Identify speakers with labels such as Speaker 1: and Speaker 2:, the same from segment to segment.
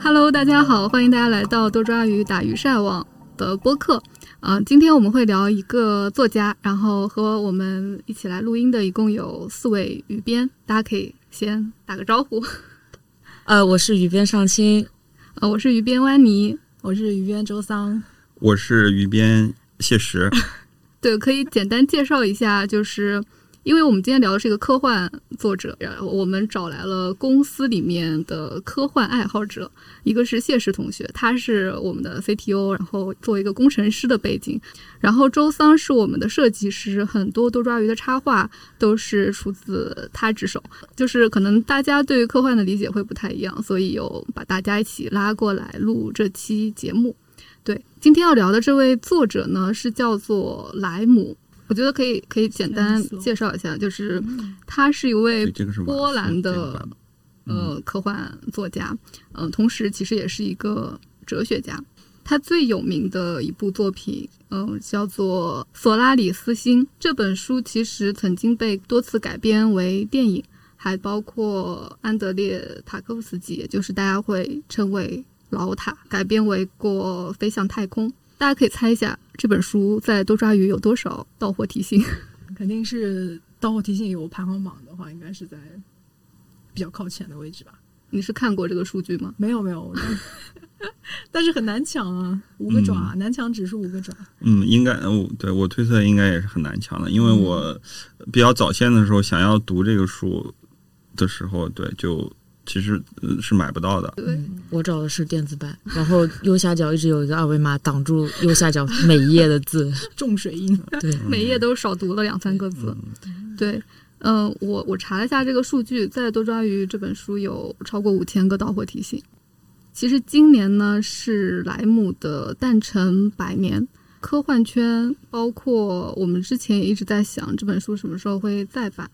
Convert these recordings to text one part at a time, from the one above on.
Speaker 1: Hello，大家好，欢迎大家来到多抓鱼打鱼晒网的播客。啊、今天我们会聊一个作家，然后和我们一起来录音的一共有四位鱼编，大家可以先打个招呼。
Speaker 2: 呃，我是鱼边上清，
Speaker 1: 呃，我是鱼编湾妮。
Speaker 3: 我是鱼边周桑，
Speaker 4: 我是鱼边谢石，
Speaker 1: 哎对，可以简单介绍一下，就是因为我们今天聊的是一个科幻作者，然后我们找来了公司里面的科幻爱好者，一个是谢石同学，他是我们的 CTO，然后作为一个工程师的背景，然后周桑是我们的设计师，很多多抓鱼的插画都是出自他之手，就是可能大家对于科幻的理解会不太一样，所以有把大家一起拉过来录这期节目。对，今天要聊的这位作者呢，是叫做莱姆。我觉得可以可以简单
Speaker 3: 莱姆
Speaker 1: 介绍一下，就是他是一位
Speaker 4: 对这个是瓦斯
Speaker 1: 波兰的
Speaker 4: 这个版本
Speaker 1: 呃科幻作家，嗯、同时其实也是一个哲学家。他最有名的一部作品，嗯、叫做《索拉里斯星》。这本书其实曾经被多次改编为电影，还包括安德烈塔科夫斯基，也就是大家会称为老塔，改编为过《飞向太空》。大家可以猜一下这本书在多抓鱼有多少到货提醒？
Speaker 3: 肯定是到我提醒有排行榜的话，应该是在比较靠前的位置吧。
Speaker 1: 你是看过这个数据吗？
Speaker 3: 没有没有，我 但是很难抢啊，五个爪，难抢指数五个爪。
Speaker 4: 嗯，应该，呃我对我推测应该也是很难抢的，因为
Speaker 1: 嗯
Speaker 4: 我比较早先的时候想要读这个书的时候，对，就其实呃是买不到的。
Speaker 1: 对，
Speaker 2: 我找的是电子版，然后右下角一直有一个二维码挡住右下角每一页的字。
Speaker 3: 重水印，
Speaker 2: 对，
Speaker 1: 每
Speaker 4: 嗯
Speaker 1: 页都少读了两三个字。对，嗯、我我查了一下这个数据，在《多抓鱼》这本书有超过五千个导火提醒。其实今年呢是莱姆的诞辰百年，科幻圈包括我们之前也一直在想这本书什么时候会再版。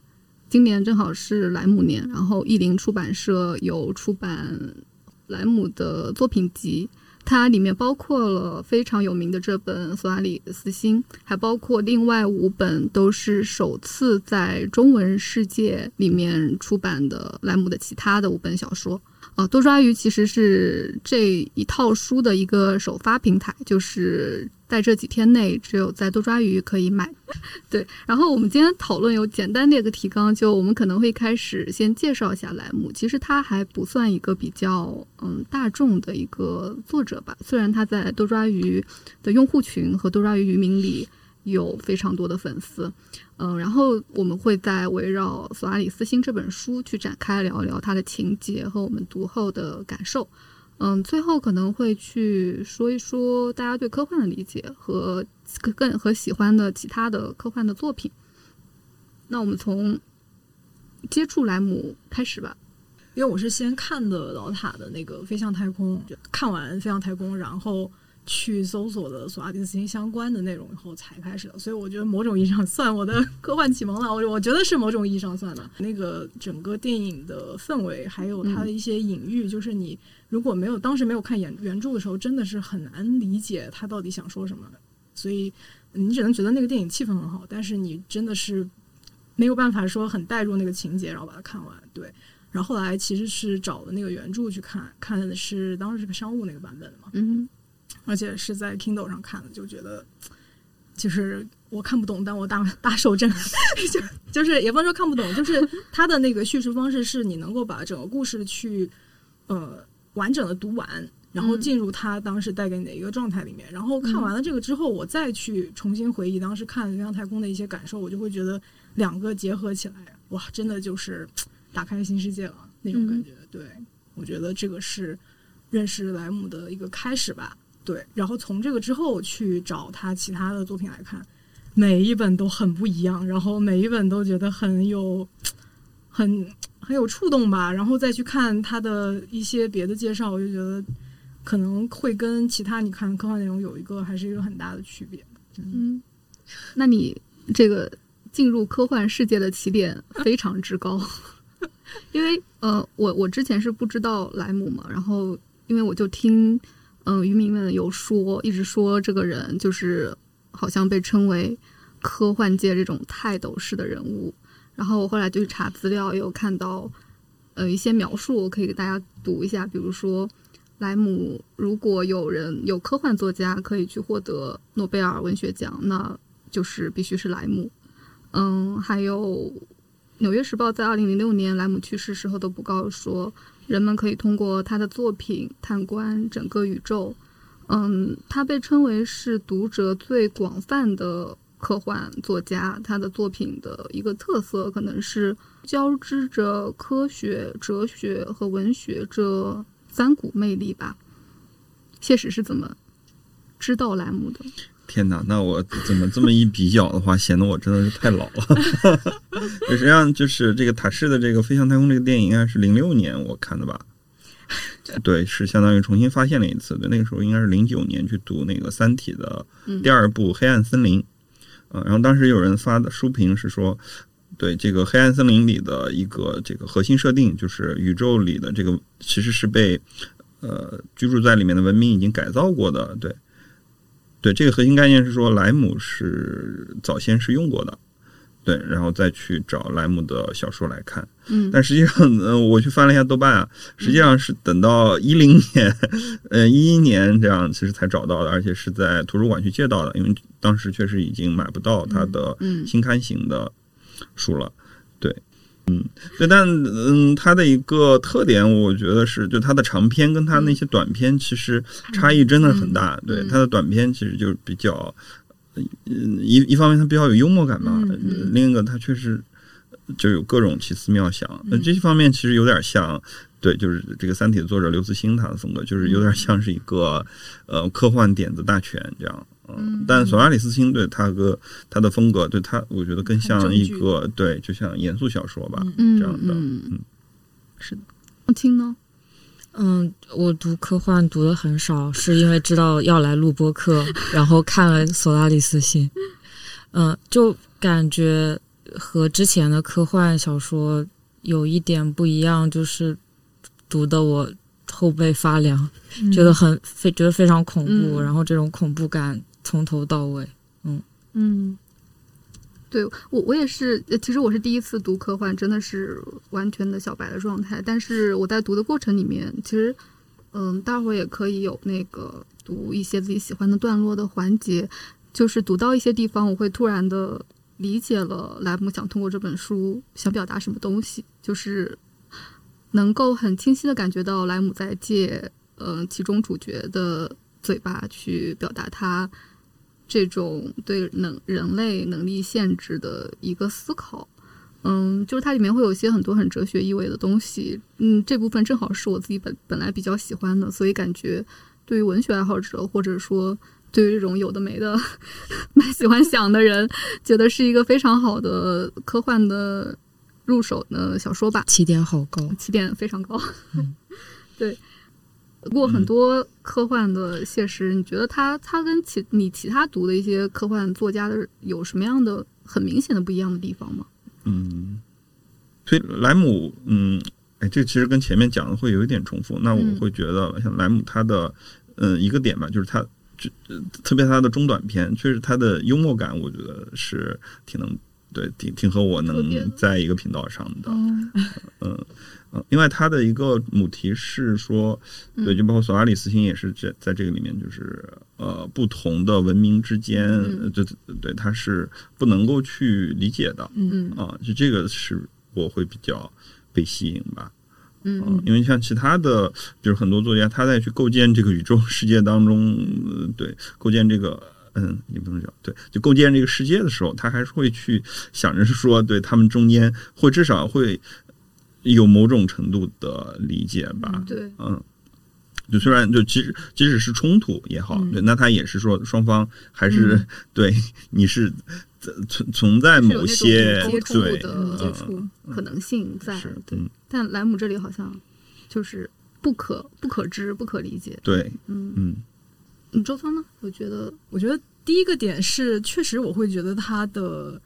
Speaker 1: 今年正好是莱姆年，然后译林出版社有出版莱姆的作品集，它里面包括了非常有名的这本《索拉里斯星》，还包括另外五本都是首次在中文世界里面出版的莱姆的其他的五本小说。啊，多抓鱼其实是这一套书的一个首发平台，就是在这几天内只有在多抓鱼可以买。对，然后我们今天讨论有简单列个提纲，就我们可能会开始先介绍一下莱姆。其实他还不算一个比较嗯大众的一个作者吧，虽然他在多抓鱼的用户群和多抓鱼渔民里有非常多的粉丝。嗯，然后我们会在围绕《索拉里斯星》这本书去展开聊一聊它的情节和我们读后的感受。嗯，最后可能会去说一说大家对科幻的理解和更和喜欢的其他的科幻的作品。那我们从接触莱姆开始吧。
Speaker 3: 因为我是先看的老塔的那个《飞向太空》，看完《飞向太空》，然后去搜索的索阿迪斯星相关的内容以后才开始的，所以我觉得某种意义上算我的科幻启蒙了。我我觉得是某种意义上算的。那个整个电影的氛围，还有它的一些隐喻，就是你如果没有当时没有看原原著的时候，真的是很难理解他到底想说什么的。所以你只能觉得那个电影气氛很好，但是你真的是没有办法说很带入那个情节，然后把它看完。对，然后后来其实是找的那个原著去看，看的是当时是个商务那个版本的嘛，
Speaker 1: 嗯，
Speaker 3: 而且是在 Kindle 上看的，就觉得就是我看不懂，但我大大受震撼， 就就是也不能说看不懂，就是它的那个叙述方式是你能够把整个故事去呃完整的读完。然后
Speaker 1: 嗯
Speaker 3: 进入他当时带给你的一个状态里面，然后看完了这个之后，我再去重新回忆当时看《飞向太空》的一些感受，我就会觉得两个结合起来，哇，真的就是打开新世界了那
Speaker 2: 嗯
Speaker 3: 种感觉。对，我觉得这个是认识莱姆的一个开始吧。对，然后从这个之后去找他其他的作品来看，每一本都很不一样，然后每一本都觉得很有很很有触动吧。然后再去看他的一些别的介绍，我就觉得可能会跟其他你看科幻内容有一个还是一个很大的区别。
Speaker 1: 嗯，那你这个进入科幻世界的起点非常之高， 因为呃，我我之前是不知道莱姆嘛，然后因为我就听嗯、呃渔民们有说，一直说这个人就是好像被称为科幻界这种泰斗式的人物，然后我后来就去查资料，也有看到呃一些描述，我可以给大家读一下，比如说。莱姆如果有人有科幻作家可以去获得诺贝尔文学奖，那就是必须是莱姆。嗯，还有《纽约时报》在二零零六年莱姆去世时候的布告说，人们可以通过他的作品探观整个宇宙。嗯，他被称为是读者最广泛的科幻作家。他的作品的一个特色可能是交织着科学、哲学和文学这三股魅力吧。谢史是怎么知道莱姆的？
Speaker 4: 天哪，那我怎么这么一比较的话，显得我真的是太老了。 实际上，就是这个塔氏的这个《飞向太空》这个电影，应该是零六年我看的吧？对，是相当于重新发现了一次。对，那个时候应该是零九年去读那个《三体》的第二部《黑暗森林》嗯、呃，然后当时有人发的书评是说，对这个《黑暗森林》里的一个这个核心设定，就是宇宙里的这个其实是被呃居住在里面的文明已经改造过的，对。对，这个核心概念是说莱姆是早先是用过的，对，然后再去找莱姆的小说来看。
Speaker 1: 嗯，
Speaker 4: 但实际上，呃，我去翻了一下豆瓣啊，实际上是等到一零年， 呃，一一年这样其实才找到的，而且是在图书馆去借到的，因为当时确实已经买不到它的
Speaker 1: 嗯
Speaker 4: 新刊型的书了。对，嗯，对，但嗯，它的一个特点，我觉得是，就它的长篇跟它那些短篇其实差异真的很大。对，
Speaker 1: 嗯
Speaker 4: 它的短篇其实就是比较，嗯，一一方面它比较有幽默感吧，呃
Speaker 3: 嗯
Speaker 1: 嗯
Speaker 4: 另一个它确实就有各种奇思妙想。
Speaker 1: 嗯
Speaker 4: 那、这方面其实有点像。对，就是这个《三体》的作者刘慈欣他的风格，就是有
Speaker 1: 嗯
Speaker 4: 点像是一个、呃科幻点子大全这样。嗯，但索拉里斯星对他个他的风格，对他我觉得更
Speaker 3: 很
Speaker 4: 像
Speaker 3: 正
Speaker 4: 一
Speaker 3: 剧
Speaker 4: 个对，就像严肃小说吧。
Speaker 3: 嗯
Speaker 1: 嗯
Speaker 4: 这样的
Speaker 1: 嗯
Speaker 4: 嗯，
Speaker 1: 是的。梦清呢？
Speaker 2: 嗯，我读科幻读的很少，是因为知道要来录播客，然后看了《索拉里斯星》，嗯，就感觉和之前的科幻小说有一点不一样，就是读的我后背发凉，
Speaker 3: 嗯
Speaker 2: 觉得很非觉得非常恐怖，
Speaker 1: 嗯
Speaker 2: 然后这种恐怖感从头到尾，
Speaker 3: 嗯
Speaker 1: 对我，我也是，呃其实我是第一次读科幻，真的是完全的小白的状态。但是我在读的过程里面，其实，嗯，大伙儿也可以有那个读一些自己喜欢的段落的环节，就是读到一些地方，我会突然的理解了莱姆想通过这本书想表达什么东西，就是能够很清晰的感觉到莱姆在借，嗯，其中主角的嘴巴去表达他这种对能人类能力限制的一个思考。嗯，就是它里面会有一些很多很哲学意味的东西。嗯，这部分正好是我自己本本来比较喜欢的，所以感觉对于文学爱好者，或者说对于这种有的没的 蛮喜欢想的人，觉得是一个非常好的科幻的入手的小说吧。
Speaker 2: 起点好高。
Speaker 1: 起点非常高。
Speaker 4: 嗯
Speaker 1: 对，不过很多科幻的写实，你觉得它它跟其你其他读的一些科幻作家的有什么样的很明显的不一样的地方吗？
Speaker 4: 嗯，所以莱姆，嗯，哎，这其实跟前面讲的会有一点重复。那我
Speaker 1: 嗯
Speaker 4: 会觉得，像莱姆他的，嗯，一个点吧，就是他，就呃特别他的中短篇，确实他的幽默感，我觉得是挺能，对，挺挺和我
Speaker 1: 特别
Speaker 4: 能在一个频道上的。
Speaker 1: 嗯
Speaker 4: 嗯，嗯，另外它的一个母题是说，对，
Speaker 1: 嗯
Speaker 4: 就包括索拉里斯星也是这在这个里面，就是呃不同的文明之间，
Speaker 1: 嗯
Speaker 4: 呃就对它是不能够去理解的
Speaker 1: 嗯
Speaker 4: 啊，就这个是我会比较被吸引吧。嗯
Speaker 1: 嗯，
Speaker 4: 因为像其他的，就是很多作家，他在去构建这个宇宙世界当中，呃对，构建这个，嗯，也不能叫对，就构建这个世界的时候，他还是会去想着是说，对他们中间会至少会有某种程度的理解吧，
Speaker 1: 对，
Speaker 4: 嗯。就虽然就即使即使是冲突也好，
Speaker 2: 嗯
Speaker 4: 对，那他也是说双方还是、对你是呃存存在
Speaker 1: 嗯是有
Speaker 4: 某
Speaker 1: 那种
Speaker 4: 些
Speaker 1: 接触
Speaker 4: 对
Speaker 1: 的
Speaker 4: 嗯
Speaker 1: 接触可能性在
Speaker 4: 是，
Speaker 1: 对
Speaker 4: 嗯。
Speaker 1: 但莱姆这里好像就是不可不可知、不可理解。
Speaker 4: 对，
Speaker 1: 嗯，
Speaker 4: 嗯
Speaker 1: 你周仓呢？我觉得
Speaker 3: 我觉得第一个点是，确实我会觉得它的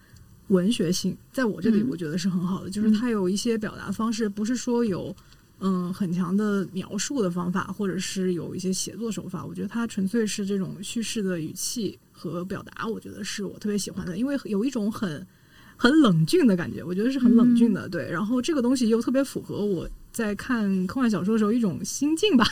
Speaker 3: 文学性，在我这里
Speaker 1: 嗯
Speaker 3: 我觉得是很好的，就是
Speaker 1: 嗯
Speaker 3: 它有一些表达方式，不是说有嗯很强的描述的方法，或者是有一些写作手法，我觉得它纯粹是这种叙事的语气和表达，我觉得是我特别喜欢
Speaker 1: 嗯
Speaker 3: 的，因为有一种很。很冷峻的感觉，我觉得是很冷峻
Speaker 1: 嗯
Speaker 3: 的，对。然后这个东西又特别符合我在看科幻小说的时候一种心境吧，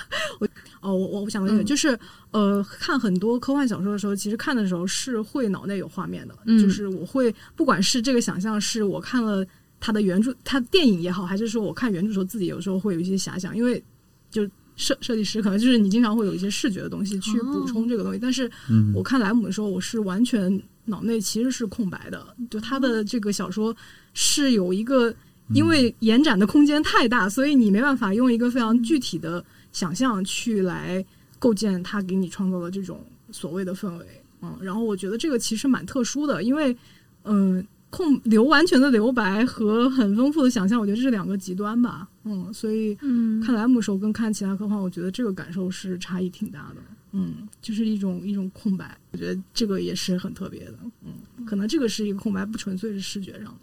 Speaker 3: 哦，我我我想到一个，
Speaker 1: 嗯
Speaker 3: 就是呃，看很多科幻小说的时候，其实看的时候是会脑内有画面的，
Speaker 1: 嗯
Speaker 3: 就是我会不管是这个想象是我看了它的原著，它电影也好，还是说我看原著的时候自己有时候会有一些遐想，因为就设设计师可能就是你经常会有一些视觉的东西去补充这个东西，但是
Speaker 4: 嗯
Speaker 3: 我，看莱姆的时候，我是完全脑内其实是空白的，就他的这个小说是有一个，
Speaker 4: 嗯
Speaker 3: 因为延展的空间太大，所以你没办法用一个非常具体的想象去来构建他给你创造的这种所谓的氛围。嗯，然后我觉得这个其实蛮特殊的，因为嗯、空留完全的留白和很丰富的想象，我觉得这是两个极端吧。嗯，所以
Speaker 1: 嗯
Speaker 3: 看莱姆的时候跟看其他科幻，我觉得这个感受是差异挺大的。嗯，就是一种一种空白，我觉得这个也是很特别的。嗯，可能这个是一个空白，不纯粹是视觉上的。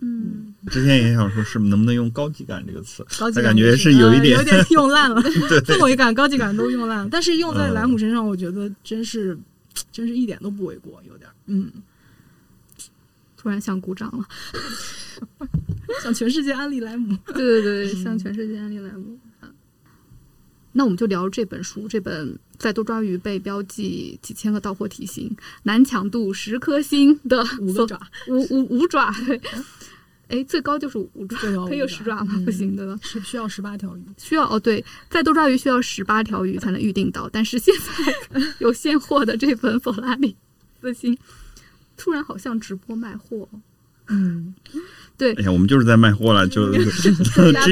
Speaker 1: 嗯，
Speaker 4: 之前也想说，是能不能用高级感这个词？
Speaker 3: 高级
Speaker 4: 他
Speaker 3: 感
Speaker 4: 感觉是
Speaker 3: 是
Speaker 4: 有一
Speaker 3: 呃
Speaker 4: 点
Speaker 3: 有点用烂了，
Speaker 4: 对，
Speaker 3: 氛围感、高级感都用烂了。但是用在
Speaker 4: 嗯
Speaker 3: 莱姆身上，我觉得真是真是一点都不为过，有点儿嗯，
Speaker 1: 突然想鼓掌了。
Speaker 3: 向全世界安利 莱姆。
Speaker 1: 对对对，
Speaker 3: 嗯
Speaker 1: 向全世界安利莱姆。那我们就聊这本书，这本《在多抓鱼》被标记几千个盗货提醒，难强度十颗星的
Speaker 3: 五个
Speaker 1: 搜
Speaker 3: 爪，
Speaker 1: 五五五爪，对，哎，最高就是五爪，
Speaker 3: 最高
Speaker 1: 可以
Speaker 3: 哦
Speaker 1: 有
Speaker 3: 五爪嗯
Speaker 1: 十爪吗？不行，对吧？
Speaker 3: 是需要十八 条鱼。
Speaker 1: 需要哦，对，在多抓鱼需要十八条鱼才能预定到，但是现 在有现货的这本索拉里四星，突然好像直播卖货哦，
Speaker 3: 嗯，
Speaker 4: 哎呀，我们就是在卖货 了，就直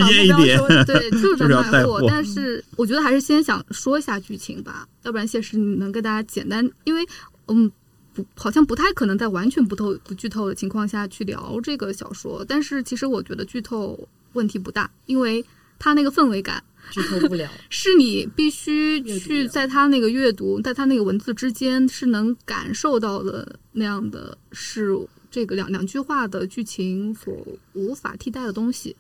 Speaker 4: 接一点。
Speaker 1: 对，就是在
Speaker 4: 就是要
Speaker 1: 卖
Speaker 4: 带
Speaker 1: 货
Speaker 4: 货。
Speaker 1: 但是我觉得还是先想说一下剧情吧，要不然谢师你能跟大家简单，因为嗯，不，好像不太可能在完全不透不剧透的情况下去聊这个小说。但是其实我觉得剧透问题不大，因为它那个氛围感
Speaker 2: 剧透不了。
Speaker 1: 是你必须
Speaker 3: 阅读
Speaker 1: 去
Speaker 3: 的
Speaker 1: 在它那个阅读，在它那个文字之间是能感受到的那样的是这个两两句话的剧情所无法替代的东西。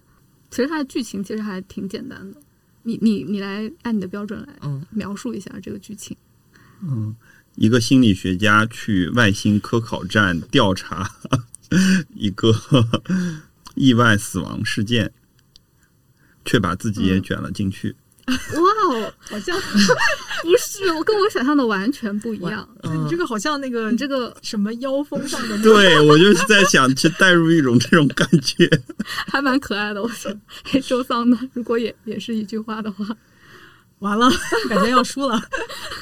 Speaker 1: 其实它的剧情其实还挺简单的，你你你来按你的标准来
Speaker 2: 嗯，
Speaker 1: 描述一下这个剧情。
Speaker 4: 嗯，一个心理学家去外星科考站调查 一个意外死亡事件，却把自己也卷了进去。
Speaker 1: 哇哦，
Speaker 3: 好 像
Speaker 1: 不是，我跟我想象的完全不一样。
Speaker 2: 嗯
Speaker 3: 这个好像那个
Speaker 1: 你这个
Speaker 3: 什么妖风上
Speaker 1: 嗯
Speaker 3: 的
Speaker 4: 对我就是在想去带入一种这种感 觉。
Speaker 1: 还蛮可爱的，我 觉得。嘿，周桑呢？如果也也是一句话的话，
Speaker 3: 完了， 感觉要输了，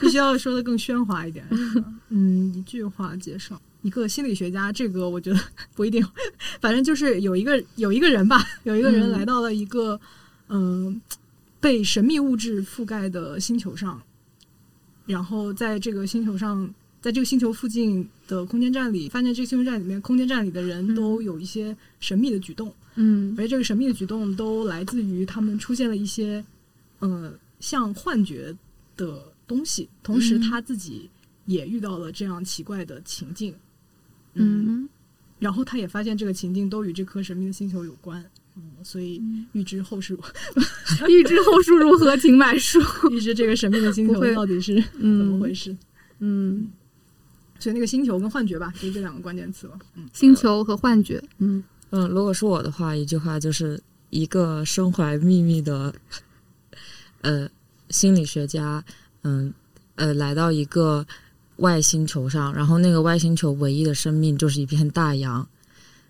Speaker 3: 必须要说的更喧哗一点。 嗯，一句话介绍一个心理学家，这个我觉得不一定， 反正就是有一个有一个人吧，有一个人
Speaker 1: 嗯
Speaker 3: 来到了一个嗯、被神秘物质覆盖的星球上，然后在这个星球上，在这个星球附近的空间站里，发现这个星球站里面空间站里的人
Speaker 1: 嗯
Speaker 3: 都有一些神秘的举动。
Speaker 1: 嗯
Speaker 3: 而这个神秘的举动都来自于他们出现了一些，呃，像幻觉的东西，同时
Speaker 1: 嗯
Speaker 3: 他自己也遇到了这样奇怪的情境，
Speaker 1: 嗯
Speaker 3: 然后他也发现这个情境都与这颗神秘的星球有关，嗯，所以
Speaker 1: 嗯，
Speaker 3: 预知后事，
Speaker 1: 预知后事如何，请买书。
Speaker 3: 预知这个神秘的星
Speaker 1: 不
Speaker 3: 球
Speaker 1: 会
Speaker 3: 到底是怎么回事，
Speaker 1: 嗯，
Speaker 3: 所以那个星球跟幻觉吧，就是这两个关键词了，嗯，
Speaker 1: 星球和幻觉，嗯，
Speaker 2: 嗯，如果是我的话，一句话就是一个身怀秘密的呃心理学家，嗯呃，来到一个外星球上，然后那个外星球唯一的生命就是一片大洋，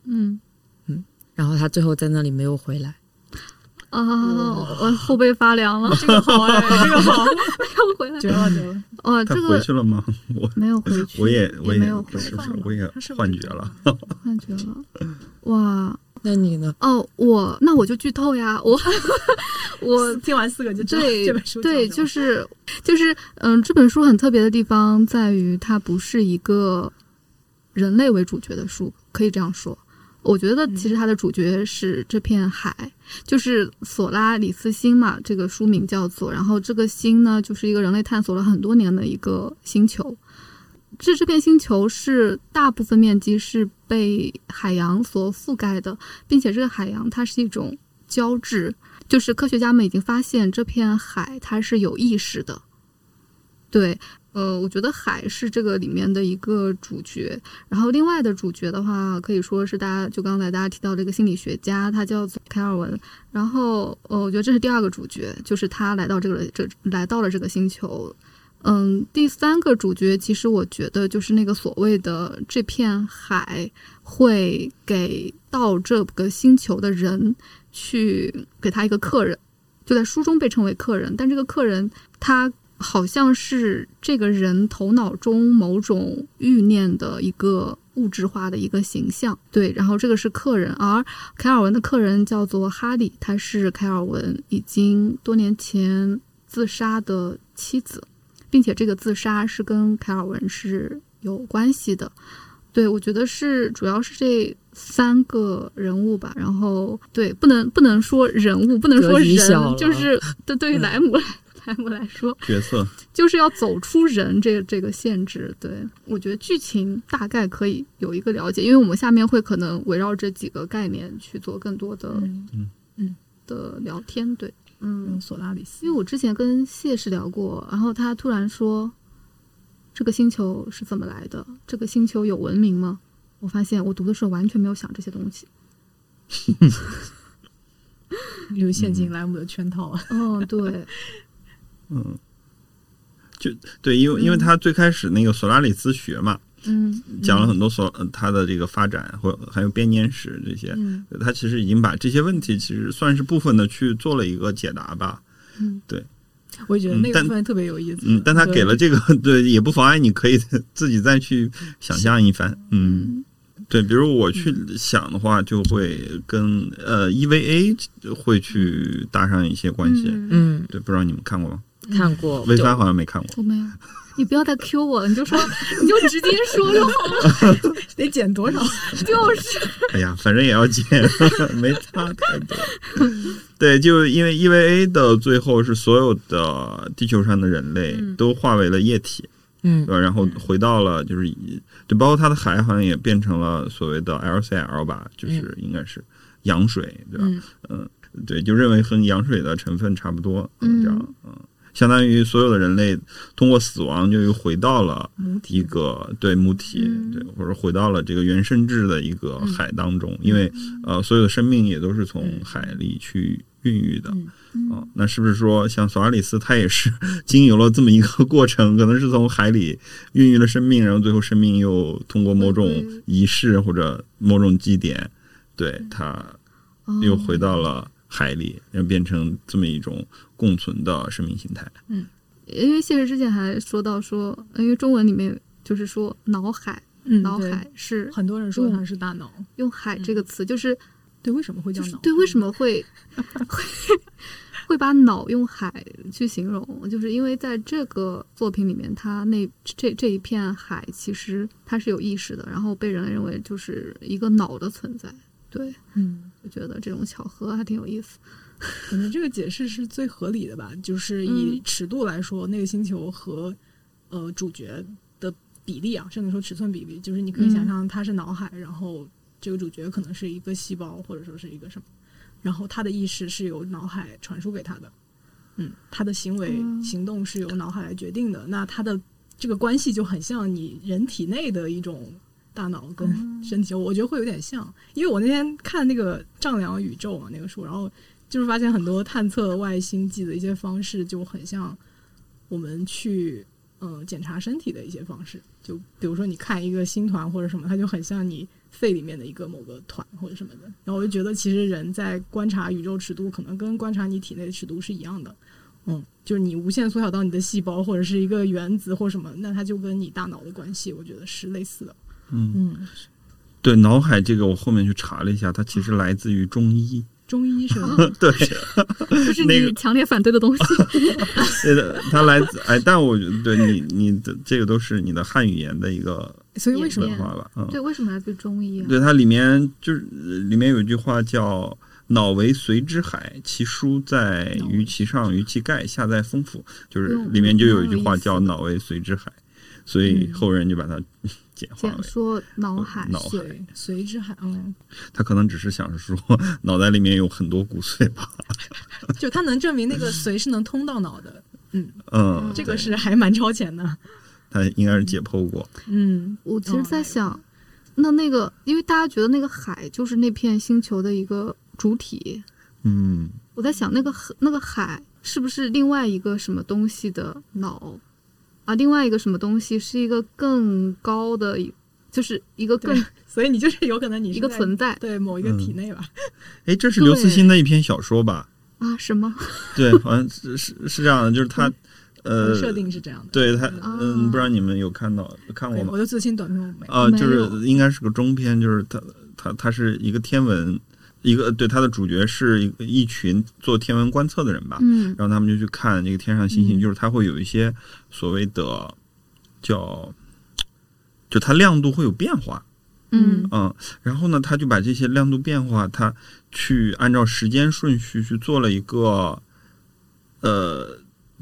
Speaker 1: 嗯
Speaker 2: 然后他最后在那里没有回来。
Speaker 3: 嗯
Speaker 1: 啊，我后背发凉了，
Speaker 3: 这个好
Speaker 1: 啊
Speaker 3: 哎，这个好，
Speaker 1: 要回来
Speaker 3: 绝了绝了，
Speaker 1: 哦，
Speaker 4: 他
Speaker 1: 这
Speaker 4: 回
Speaker 1: 个
Speaker 4: 去了吗？我
Speaker 1: 没有回去，
Speaker 4: 我也我
Speaker 1: 也没有
Speaker 4: 不
Speaker 1: 回
Speaker 4: 是
Speaker 1: 去
Speaker 4: 不是
Speaker 3: 放了
Speaker 4: 我也
Speaker 3: 他 是不是
Speaker 4: 幻觉
Speaker 1: 嗯
Speaker 4: 了。
Speaker 1: 幻觉了，哇
Speaker 2: 那你呢？
Speaker 1: 哦，我那我就剧透呀， 我 我
Speaker 3: 听完四个就知道
Speaker 1: 对
Speaker 3: 这本书
Speaker 1: 对，
Speaker 3: 讲什
Speaker 1: 就
Speaker 3: 么
Speaker 1: 是就是嗯，这本书很特别的地方在于它不是一个人类为主角的书，可以这样说。我觉得其实它的主角是这片海，就是索拉里斯星嘛，这个书名叫做。然后这个星呢，就是一个人类探索了很多年的一个星球。这这片星球是大部分面积是被海洋所覆盖的，并且这个海洋它是一种胶质，就是科学家们已经发现这片海它是有意识的。对，呃，我觉得海是这个里面的一个主角，然后另外的主角的话，可以说是大家就刚才大家提到这个心理学家，他叫做凯尔文。然后，呃，我觉得这是第二个主角，就是他来到这个这来到了这个星球。嗯，第三个主角其实我觉得就是那个所谓的这片海会给到这个星球的人去给他一个客人，就在书中被称为客人，但这个客人他好像是这个人头脑中某种欲念的一个物质化的一个形象，对，然后这个是客人，而凯尔文的客人叫做哈利，他是凯尔文已经多年前自杀的妻子，并且这个自杀是跟凯尔文是有关系的，对我觉得是主要是这。三个人物吧，然后对，不能不能说人物，不能说
Speaker 2: 格局小
Speaker 1: 人，
Speaker 2: 了
Speaker 1: 就是 对对于
Speaker 2: 嗯
Speaker 1: 莱姆来、莱姆来说，
Speaker 4: 角色，
Speaker 1: 就是要走出人这这个限制。对我觉得剧情大概可以有一个了解，因为我们下面会可能围绕这几个概念去做更多的、
Speaker 3: 嗯
Speaker 1: 的聊天。对，嗯
Speaker 3: 嗯，，索拉里斯
Speaker 1: 因为我之前跟谢是聊过，然后他突然说，这个星球是怎么来的？这个星球有文明吗？我发现我读的时候完全没有想这些东西。
Speaker 3: 又陷进莱姆的圈套啊了。
Speaker 1: 哦，对，
Speaker 4: 嗯，就对，因为因为他最开始那个索拉里斯学嘛，
Speaker 1: 嗯
Speaker 4: 讲了很多索呃他的这个发展或还有编年史这些，
Speaker 1: 嗯
Speaker 4: 他其实已经把这些问题其实算是部分的去做了一个解答吧。
Speaker 1: 嗯，
Speaker 3: 我觉得
Speaker 4: 嗯
Speaker 3: 那个
Speaker 4: 但
Speaker 3: 部分特别有意思。
Speaker 4: 嗯，但他
Speaker 3: 对
Speaker 4: 给了这个 对也不妨碍你可以 自己再去想象一番。嗯，对，比如我去想的话，就会跟呃 EVA 会去搭上一些关系。
Speaker 1: 嗯
Speaker 2: 嗯，
Speaker 4: 对，不知道你们看过吗？
Speaker 2: 看过。
Speaker 4: 微
Speaker 2: 就
Speaker 4: 帆好像没看过。
Speaker 1: 我没有，你不要再 Q 我了，你就说，你就直接说就好了，
Speaker 3: 得减多少？
Speaker 1: 就是，
Speaker 4: 哎呀，反正也要见， 没差太多。对，就因为 EVA 的最后是所有的地球上的人类
Speaker 3: 嗯
Speaker 4: 都化为了液体，
Speaker 2: 嗯
Speaker 4: 对，吧？然后回到了就是以，就包括它的海好像也变成了所谓的 LCL 吧，就是应该是羊水，对吧？
Speaker 3: 嗯
Speaker 4: 对，就认为和羊水的成分差不多，
Speaker 1: 嗯
Speaker 4: 这样，嗯，相当于所有的人类通过死亡就又回到了
Speaker 3: 母
Speaker 4: 一
Speaker 3: 体
Speaker 4: 个对母体，
Speaker 1: 嗯
Speaker 4: 对，或者回到了这个原生质的一个
Speaker 3: 嗯
Speaker 4: 海当中，因为呃，所有的生命也都是从
Speaker 3: 嗯
Speaker 4: 海里去孕育的。
Speaker 3: 嗯
Speaker 4: 啊、那是不是说像索阿里斯，他也是 经由了这么一个过程，可能是从海里孕育了生命，然后最后生命又通过某种
Speaker 1: 嗯
Speaker 4: 仪式或者某种祭典，对他
Speaker 1: 哦
Speaker 4: 又回到了海里，然后变成这么一种共存的生命形态。
Speaker 1: 因为谢实之前还说到说，呃因为中文里面就是说脑海，
Speaker 3: 嗯
Speaker 1: 脑
Speaker 3: 对
Speaker 1: 海是
Speaker 3: 很多人说它是大脑，
Speaker 1: 用“海”这个词，就是
Speaker 3: 对，为什么会叫
Speaker 1: 就
Speaker 3: 脑？嗯
Speaker 1: 是对为什么会 会会把脑用“海”去形容，就是因为在这个作品里面，它那这这一片海其实它是有意识的，然后被人类认为就是一个脑的存在。对，
Speaker 3: 嗯，
Speaker 1: 我觉得这种巧合还挺有意思。
Speaker 3: 我觉得这个解释是最合理的吧，就是以
Speaker 1: 嗯
Speaker 3: 尺度来说，那个星球和呃主角的比例啊，甚至说尺寸比例，就是你可以
Speaker 1: 嗯
Speaker 3: 想象它是脑海，然后这个主角可能是一个细胞，或者说是一个什么，然后他的意识是由脑海传输给他的，嗯，他的行为、
Speaker 1: 嗯
Speaker 3: 行动是由脑海来决定的，那他的这个关系就很像你人体内的一种大脑跟身体，我觉得会有点像。因为我那天看那个丈量宇宙啊嘛那个书，然后就是发现很多探测外星际的一些方式就很像我们去嗯、呃检查身体的一些方式，就比如说你看一个星团或者什么，它就很像你肺里面的一个某个团或者什么的。然后我就觉得其实人在观察宇宙尺度，可能跟观察你体内的尺度是一样的。嗯，就是你无限缩小到你的细胞或者是一个原子或什么，那它就跟你大脑的关系，我觉得是类似的。
Speaker 4: 嗯，
Speaker 3: 嗯，
Speaker 4: 对，脑海这个我后面去查了一下，它其实来自于中医。
Speaker 3: 中医是吧？
Speaker 4: 对，
Speaker 1: 这是
Speaker 4: 那个
Speaker 1: 你强烈反对的东西。
Speaker 4: 对的，它来自哎，但我觉得对你你的这个都是你的汉语言的一个
Speaker 3: 所以为什么
Speaker 4: 文化吧？
Speaker 1: 对，
Speaker 4: 嗯，
Speaker 1: 为什么来自于中医啊？
Speaker 4: 对，它里面就是里面有一句话叫。脑为髓之海，其书在
Speaker 3: 脑
Speaker 4: 于其上，于其盖，下在丰富。就是
Speaker 1: 嗯
Speaker 4: 里面就有一句话
Speaker 1: 蛮有意思的
Speaker 4: 叫“脑为髓之海”，所以后人就把它简
Speaker 1: 这
Speaker 4: 化为
Speaker 1: 样说脑海
Speaker 4: 脑
Speaker 1: 是
Speaker 3: 随随之海，嗯，
Speaker 4: 他可能只是想说脑袋里面有很多骨髓吧。嗯
Speaker 3: 就它能证明那个随是能通到脑的，
Speaker 4: 嗯，
Speaker 3: 这个是还蛮超前的。
Speaker 4: 他应该是解剖过。
Speaker 3: 嗯，
Speaker 1: 我其
Speaker 3: 哦
Speaker 1: 实在想，那那个，因为大家觉得那个海就是那片星球的一个主体，
Speaker 4: 嗯，
Speaker 1: 我在想那个河那个海是不是另外一个什么东西的脑啊？另外一个什么东西是一个更高的一，就是一个更
Speaker 3: 所以你就是有可能你是
Speaker 1: 一个
Speaker 3: 在
Speaker 1: 存在
Speaker 3: 对某一
Speaker 4: 嗯
Speaker 3: 个体内吧，
Speaker 4: 哎，这是刘慈欣的一篇小说吧？
Speaker 1: 啊？什么？
Speaker 4: 对，好像是是是这样的，就是他，呃，
Speaker 3: 嗯设定是这样的。
Speaker 4: 对他，
Speaker 1: 啊
Speaker 4: 嗯，不知道你们有看到看过
Speaker 3: 对，
Speaker 4: 吗
Speaker 3: 我？就最新短片我没
Speaker 4: 啊、
Speaker 1: 没
Speaker 4: 就
Speaker 1: 有
Speaker 4: 是应该是个中篇，就是他他他是一个天文，一个对他的主角是一个一群做天文观测的人吧，
Speaker 1: 嗯
Speaker 4: 然后他们就去看这个天上星星，
Speaker 3: 嗯
Speaker 4: 就是它会有一些所谓的叫，就它亮度会有变化，
Speaker 1: 嗯
Speaker 4: 嗯，然后呢，他就把这些亮度变化，他去按照时间顺序去做了一个呃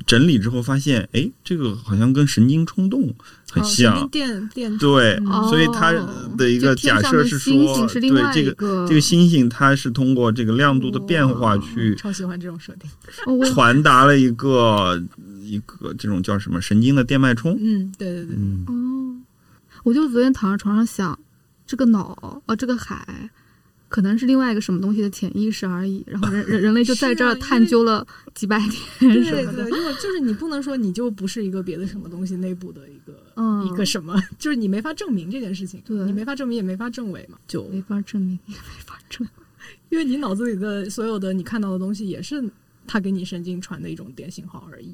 Speaker 4: 整理之后，发现哎，这个好像跟神经冲动很
Speaker 3: 哦
Speaker 4: 像，
Speaker 3: 神经电 电
Speaker 4: 对，
Speaker 3: 嗯
Speaker 4: 所以他
Speaker 1: 哦
Speaker 4: 的一个
Speaker 1: 就天
Speaker 4: 假
Speaker 1: 上
Speaker 4: 设
Speaker 1: 的
Speaker 4: 是
Speaker 1: 星
Speaker 4: 说
Speaker 1: 星是另
Speaker 4: 对
Speaker 1: 外
Speaker 4: 这
Speaker 1: 一
Speaker 4: 个
Speaker 1: 个
Speaker 4: 这个星星，它是通过这个亮度的变化
Speaker 1: 哇
Speaker 4: 去
Speaker 3: 超喜欢这种设定。
Speaker 1: 哦我
Speaker 4: 传达了一个一个这种叫什么神经的电脉冲，
Speaker 3: 嗯，对对对，
Speaker 4: 嗯
Speaker 1: 哦，我就昨天躺在床上想，这个脑啊，这个海，可能是另外一个什么东西的潜意识而已。然后 人人人类就在
Speaker 3: 是
Speaker 1: 这儿
Speaker 3: 啊因为
Speaker 1: 探究了几百年
Speaker 3: 对
Speaker 1: 什
Speaker 3: 对
Speaker 1: 么
Speaker 3: 对，
Speaker 1: 的。
Speaker 3: 因为就是你不能说你就不是一个别的什么东西内部的一个、
Speaker 1: 嗯，
Speaker 3: 一个什么， 就是你没法证明这件事情，
Speaker 1: 对
Speaker 3: 你没法证明也没法证伪嘛，就
Speaker 1: 没法证明，也没法证明。
Speaker 3: 因为你脑子里的所有的你看到的东西也是。它给你神经传的一种电信号而已，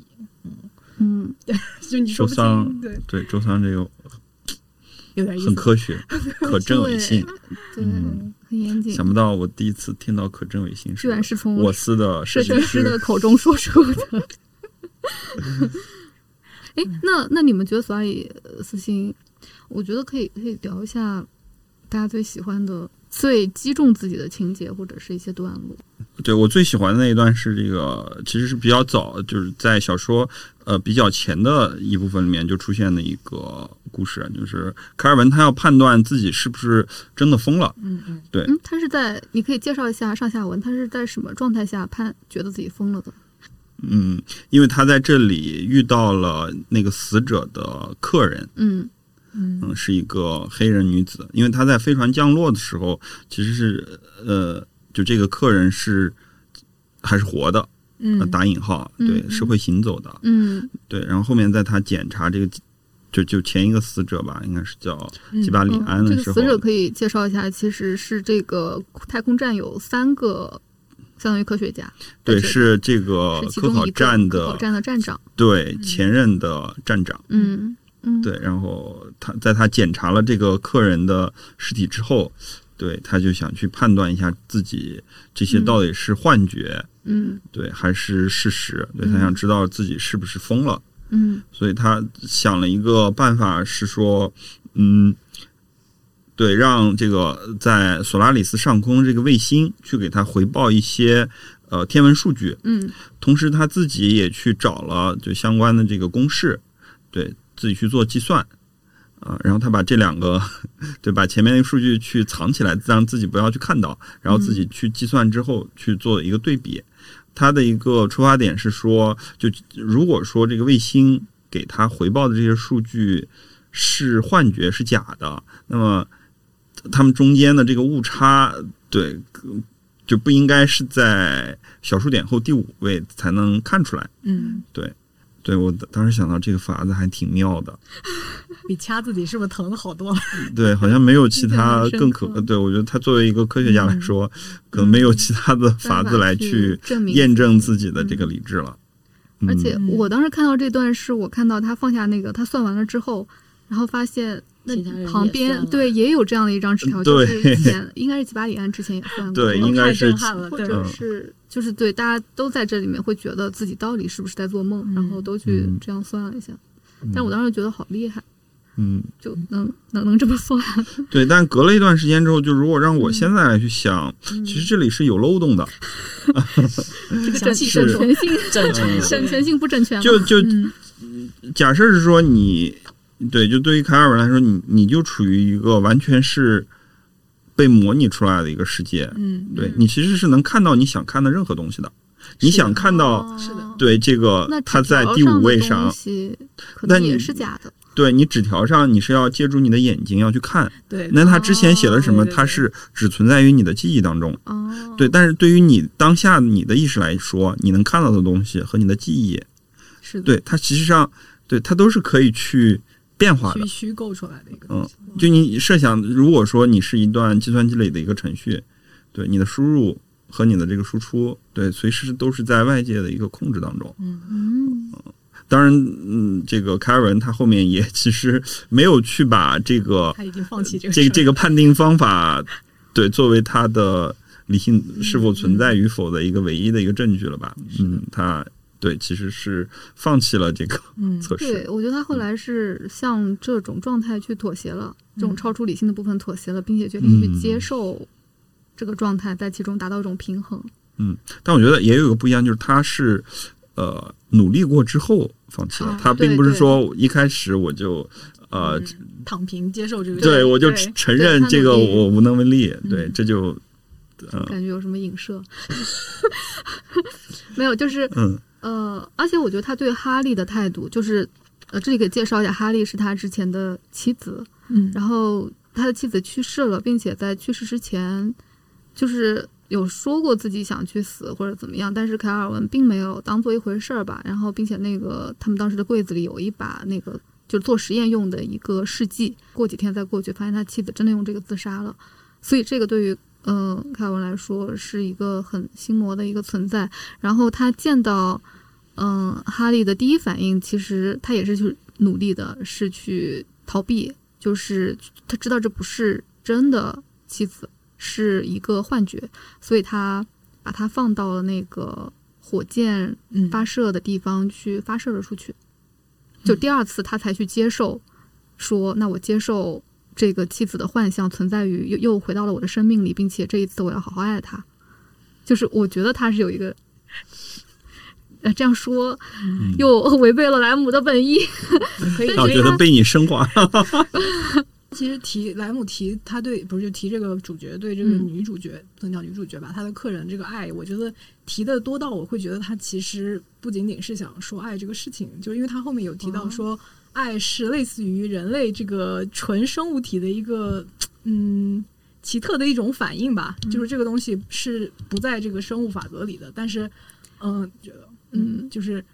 Speaker 1: 嗯，
Speaker 3: 就你说不
Speaker 4: 受伤
Speaker 3: 清，对，
Speaker 4: 对，周仓这个
Speaker 3: 有点意
Speaker 4: 很
Speaker 3: 思。
Speaker 4: 科学，可证伪信，
Speaker 1: 对，
Speaker 4: 嗯
Speaker 1: 很严谨
Speaker 4: 想，不到我第一次听到可证伪信
Speaker 1: 居
Speaker 4: 是
Speaker 1: 然是从
Speaker 4: 我司的
Speaker 1: 设
Speaker 4: 设
Speaker 1: 计师的口中说出的。哎，
Speaker 3: 嗯
Speaker 1: 那那你们觉得索里斯星，我觉得可以可以聊一下大家最喜欢的、最击中自己的情节或者是一些段落。
Speaker 4: 对我最喜欢的那一段是这个，其实是比较早，就是在小说呃比较前的一部分里面就出现的一个故事，就是卡尔文他要判断自己是不是真的疯了。
Speaker 3: 嗯嗯，
Speaker 1: 嗯，他是在你可以介绍一下上下文，他是在什么状态下判觉得自己疯了的？
Speaker 4: 嗯，因为他在这里遇到了那个死者的客人，
Speaker 1: 嗯
Speaker 4: 嗯，是一个黑人女子。因为他在飞船降落的时候，其实是呃，就这个客人是还是活的，呃
Speaker 3: 嗯，
Speaker 4: 打引号，对，
Speaker 1: 嗯
Speaker 4: 是会行走的。
Speaker 1: 嗯
Speaker 4: 对，然后后面在他检查这个，就就前一个死者吧，应该是叫
Speaker 3: 嗯
Speaker 4: 吉巴里啊安
Speaker 1: 嗯，
Speaker 4: 的
Speaker 1: 这
Speaker 4: 时
Speaker 1: 个
Speaker 4: 候，
Speaker 1: 死者可以介绍一下，其实是这个太空站有三个，相当于科学家，
Speaker 4: 对，
Speaker 1: 这个
Speaker 4: 是这个
Speaker 1: 是其
Speaker 4: 科
Speaker 1: 中
Speaker 4: 考
Speaker 1: 一个
Speaker 4: 站
Speaker 1: 科考
Speaker 4: 的
Speaker 1: 站的站长。
Speaker 4: 对前任的站长，
Speaker 1: 嗯嗯，
Speaker 4: 对，然后他在他检查了这个客人的尸体之后，对，他就想去判断一下自己这些
Speaker 1: 嗯
Speaker 4: 到底是幻觉，
Speaker 1: 嗯
Speaker 4: 对，还是事实，对他
Speaker 1: 嗯
Speaker 4: 想知道自己是不是疯了。
Speaker 1: 嗯
Speaker 4: 所以他想了一个办法，是说，嗯，对，让这个在索拉里斯上空这个卫星去给他回报一些呃天文数据，
Speaker 1: 嗯
Speaker 4: 同时他自己也去找了就相关的这个公式，对自己去做计算。啊，然后他把这两个， 对，把前面那个数据去藏起来，让自己不要去看到，然后自己去计算之后去做一个对比。他的一个出发点是说，就如果说这个卫星给他回报的这些数据是幻觉是假的，那么他们中间的这个误差，对，就不应该是在小数点后第五位才能看出来。
Speaker 3: 嗯，
Speaker 4: 对我当时想到这个法子还挺妙 的，
Speaker 3: 比掐自己是不是疼了好多了？
Speaker 4: 对，好像没有其
Speaker 1: 印象
Speaker 4: 他
Speaker 1: 很深嗯
Speaker 4: 更可
Speaker 1: 刻
Speaker 4: 对我觉得他作为一个科学家来说，可能没有其他的法子来去
Speaker 1: 证明
Speaker 4: 验证自己的这个理智了。
Speaker 1: 而且
Speaker 3: 嗯
Speaker 1: 我当时看到这段，是我看到他放下那个，他算完了之后，然后发现那
Speaker 2: 其他人也
Speaker 1: 旁边
Speaker 2: 算了
Speaker 1: 对也有这样的一张纸条，就
Speaker 4: 嗯对
Speaker 1: 是前应该是吉巴里安之前也算过，
Speaker 4: 对应该嗯
Speaker 3: 太
Speaker 4: 是
Speaker 3: 震撼了，
Speaker 1: 或
Speaker 3: 对
Speaker 1: 者是就是对大家都在这里面会觉得自己到底是不是在做梦，
Speaker 3: 嗯
Speaker 1: 然后都去
Speaker 4: 嗯
Speaker 1: 这样算了一下。
Speaker 4: 嗯
Speaker 1: 但我当时觉得好厉害，
Speaker 4: 嗯，
Speaker 1: 就能能能这么算。
Speaker 4: 对，但隔了一段时间之后，就如果让我现在来去想，
Speaker 2: 嗯
Speaker 1: 嗯
Speaker 4: 其实这里是有漏洞的，
Speaker 3: 这
Speaker 1: 整
Speaker 3: 个详细
Speaker 1: 整
Speaker 3: 说
Speaker 1: 全
Speaker 3: 说。
Speaker 1: 性
Speaker 2: 正常
Speaker 4: 嗯
Speaker 1: 整全性不整全嘛，
Speaker 4: 就就
Speaker 3: 嗯
Speaker 4: 假设是说你，对，就对于凯尔文来说，你你就处于一个完全是被模拟出来的一个世界，
Speaker 3: 嗯，
Speaker 4: 对你其实是能看到你想看的任何东西的，你想看到
Speaker 1: 哦
Speaker 3: 是的
Speaker 4: 对这个
Speaker 1: 那
Speaker 4: 他在
Speaker 1: 纸条
Speaker 4: 第
Speaker 1: 上
Speaker 4: 五
Speaker 1: 的
Speaker 4: 位
Speaker 1: 东
Speaker 4: 上，
Speaker 1: 西可
Speaker 4: 那
Speaker 1: 能
Speaker 4: 你
Speaker 1: 也是假的。
Speaker 4: 对你纸条上你是要借助你的眼睛要去
Speaker 1: 哦
Speaker 4: 看，
Speaker 3: 对，
Speaker 4: 那他之前写了什
Speaker 3: 哦
Speaker 4: 么，
Speaker 3: 对对对
Speaker 4: 它是只存在于你的记忆当中。
Speaker 1: 哦，
Speaker 4: 对，但是对于你当下你的意识来说，你能看到的东西和你的记忆，
Speaker 3: 是的，
Speaker 4: 对它实际上，对它都是可以去变化的
Speaker 3: 虚。虚构出来的一个东
Speaker 4: 嗯
Speaker 3: 西。，
Speaker 4: 就你设想，如果说你是一段计算机里的一个程序，对你的输入和你的这个输出，对随时都是在外界的一个控制当中。
Speaker 1: 嗯，
Speaker 4: 当然，嗯，这个凯尔文他后面也其实没有去把这个
Speaker 3: 他已经放弃这个
Speaker 4: 这个这个
Speaker 3: 个
Speaker 4: 判定方法，对，作为他的理性是否存在与否的一个唯一的一个证据了吧？嗯，他对其实是放弃了这个
Speaker 3: 嗯
Speaker 4: 测
Speaker 1: 对
Speaker 4: 试，，
Speaker 1: 我觉得他后来是向这种状态去妥协了，这种超出理性的部分妥协了，并且决定去接受这个状态，在其中达到一种平衡。
Speaker 4: 但我觉得也有一个不一样，就是他是呃努力过之后放弃了，
Speaker 1: 啊
Speaker 4: 他
Speaker 1: 对
Speaker 4: 并不是
Speaker 1: 对
Speaker 4: 说一开始我就呃。
Speaker 3: 躺平接受这个
Speaker 4: 对，我就
Speaker 3: 嗯对
Speaker 4: 承认
Speaker 1: 他
Speaker 4: 这个
Speaker 1: 努力
Speaker 4: 我无能为力，对，
Speaker 3: 嗯
Speaker 4: 这就，嗯
Speaker 1: 感觉有什么影射？ 没有，就是
Speaker 4: 嗯
Speaker 1: 呃，而且我觉得他对哈利的态度，就是呃，这里给介绍一下，哈利是他之前的妻子，
Speaker 3: 嗯
Speaker 1: 然后他的妻子去世了，并且在去世之前，就是有说过自己想去死或者怎么样，但是凯尔文并没有当做一回事儿吧。然后，并且那个他们当时的柜子里有一把那个就是做实验用的一个试剂，过几天再过去，发现他妻子真的用这个自杀了。所以，这个对于嗯、呃凯尔文来说是一个很心魔的一个存在。然后他见到。嗯，哈利的第一反应其实他也是去努力的，是去逃避，就是他知道这不是真的妻子，是一个幻觉，所以他把它放到了那个火箭
Speaker 3: 嗯
Speaker 1: 发射的地方去发射了出去。就第二次，他才去接受，说那我接受这个妻子的幻象存在于又又回到了我的生命里，并且这一次我要好好爱她。就是我觉得他是有一个，呃，这样说
Speaker 4: 嗯，
Speaker 1: 又违背了莱姆的本意。
Speaker 3: 可以
Speaker 4: 但嗯我觉得被你升华了，
Speaker 3: 其实提莱姆提他对不是就提这个主角对这个
Speaker 1: 嗯
Speaker 3: 女主角，不能叫女主角吧，他的客人这个爱，我觉得提的多到我会觉得他其实不仅仅是想说爱这个事情，就因为他后面有提到
Speaker 1: 哦
Speaker 3: 说爱是类似于人类这个纯生物体的一个嗯奇特的一种反应吧，就是这个东西是不在这个生物法则里的，但是嗯，觉得嗯
Speaker 1: 嗯
Speaker 3: 就是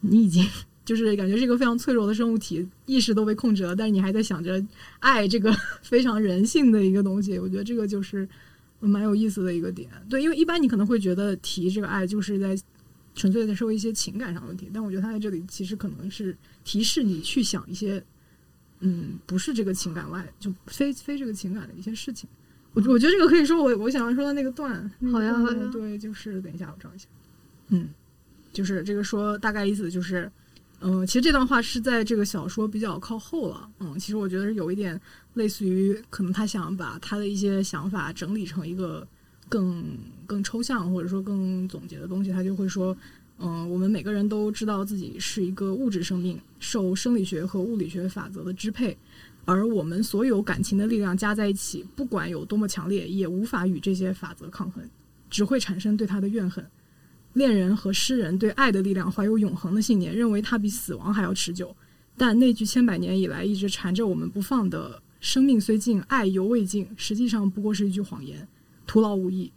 Speaker 3: 你已经。 就是感觉是一个非常脆弱的生物体，意识都被控制了，但是你还在想着爱这个 非常人性的一个东西，我觉得这个就是蛮有意思的一个点。对，因为一般你可能会觉得提这个爱就是在纯粹的说一些情感上的问题，但我觉得他在这里其实可能是提示你去想一些，嗯，不是这个情感外，就非非这个情感的一些事情。我我觉得这个可以说我我想要说的那个段，那个
Speaker 1: 好呀
Speaker 3: 段
Speaker 1: 好
Speaker 3: 落
Speaker 1: 呀
Speaker 3: 对，就是等一下我找一下，嗯，就是这个说大概意思就是。嗯，其实这段话是在这个小说比较靠后了。嗯，其实我觉得是有一点类似于，可能他想把他的一些想法整理成一个更更抽象或者说更总结的东西，他就会说，嗯、我们每个人都知道自己是一个物质生命，受生理学和物理学法则的支配，而我们所有感情的力量加在一起，不管有多么强烈，也无法与这些法则抗衡，只会产生对他的怨恨。恋人和诗人对爱的力量怀有永恒的信念，认为它比死亡还要持久。但那句千百年以来一直缠着我们不放的“生命虽尽，爱犹未尽”，实际上不过是一句谎言，徒劳无益，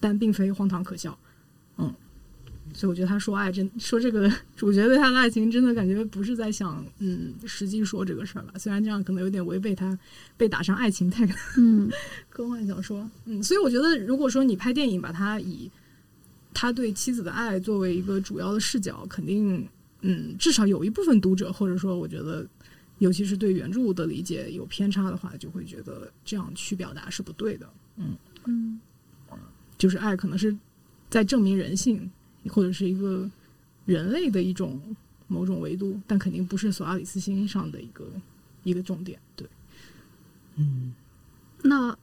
Speaker 3: 但并非荒唐可笑。嗯，所以我觉得他说爱真说这个主角对他的爱情，真的感觉不是在想嗯实际说这个事儿吧。虽然这样可能有点违背他被打上爱情 tag
Speaker 1: 嗯，
Speaker 3: 科幻小说，嗯，所以我觉得，如果说你拍电影，把它以他对妻子的爱作为一个主要的视角，肯定，嗯，至少有一部分读者，或者说我觉得，尤其是对原著的理解有偏差的话，就会觉得这样去表达是不对的。
Speaker 1: 嗯
Speaker 3: 就是爱可能是在证明人性，或者是一个人类的一种某种维度，但肯定不是索阿里斯星上的一个一个重点。对，
Speaker 1: 那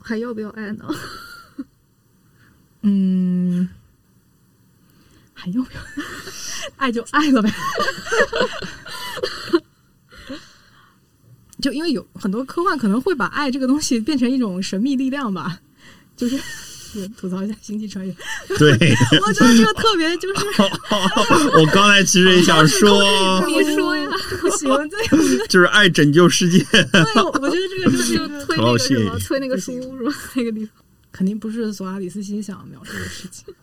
Speaker 1: 还要不要爱呢？
Speaker 3: 嗯， 还要不要？爱就爱了呗。就因为有很多科幻可能会把爱这个东西变成一种神秘力量吧，就是 吐槽一下《星际穿越》，
Speaker 4: 对。
Speaker 3: 我觉得这个特别就是
Speaker 4: 我刚才其实也想说，
Speaker 1: 你说呀，
Speaker 3: 行，对
Speaker 4: 就是爱拯救世界。
Speaker 3: 对，我我觉得这个
Speaker 1: 就
Speaker 3: 就
Speaker 1: 是就
Speaker 3: 一个
Speaker 1: 推那个什
Speaker 4: 好
Speaker 1: 么，
Speaker 4: 谢
Speaker 1: 推那个书什么 那个地方。
Speaker 3: 肯定不是索阿里斯心想描述的事情，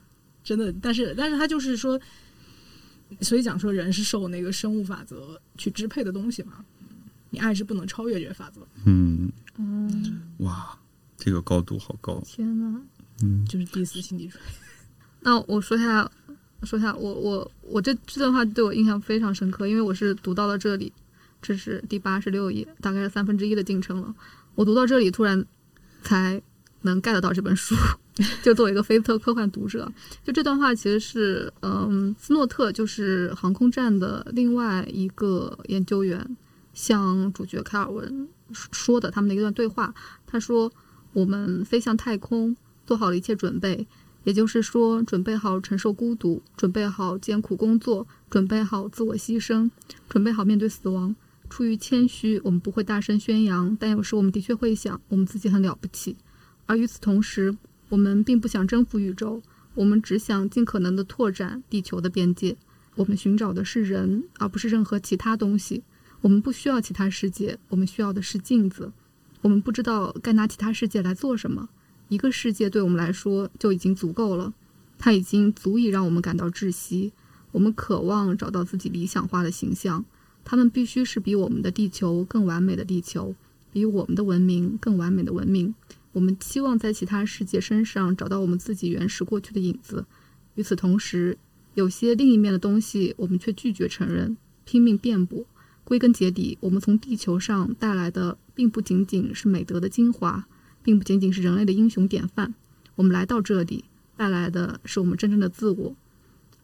Speaker 3: 真的。但是，但是他就是说，所以讲说人是受那个生物法则去支配的东西嘛。你爱是不能超越这个法则，
Speaker 4: 嗯，
Speaker 1: 嗯，
Speaker 4: 哇，这个高度好高。
Speaker 1: 天哪！
Speaker 4: 嗯，
Speaker 3: 就是第四心理学。
Speaker 1: 那我说一下，说一下我我我这这段话对我印象非常深刻，因为我是读到了这里，这是第八十六页，大概是三分之一的进程了。我读到这里，突然才能 get 到这本书。 就作为一个菲特科幻读者，就这段话其实是，嗯，斯诺特就是航空站的另外一个研究员向主角凯尔文说的他们的一段对话。他说：“我们飞向太空，做好了一切准备，也就是说，准备好承受孤独，准备好艰苦工作，准备好自我牺牲，准备好面对死亡。出于谦虚，我们不会大声宣扬，但有时我们的确会想，我们自己很了不起。而与此同时，我们并不想征服宇宙，我们只想尽可能地拓展地球的边界。我们寻找的是人，而不是任何其他东西。我们不需要其他世界，我们需要的是镜子。我们不知道该拿其他世界来做什么。一个世界对我们来说就已经足够了，它已经足以让我们感到窒息。我们渴望找到自己理想化的形象，它们必须是比我们的地球更完美的地球，比我们的文明更完美的文明。我们期望在其他世界身上找到我们自己原始过去的影子。与此同时，有些另一面的东西我们却拒绝承认，拼命辩驳。归根结底，我们从地球上带来的并不仅仅是美德的精华，并不仅仅是人类的英雄典范。我们来到这里带来的是我们真正的自我。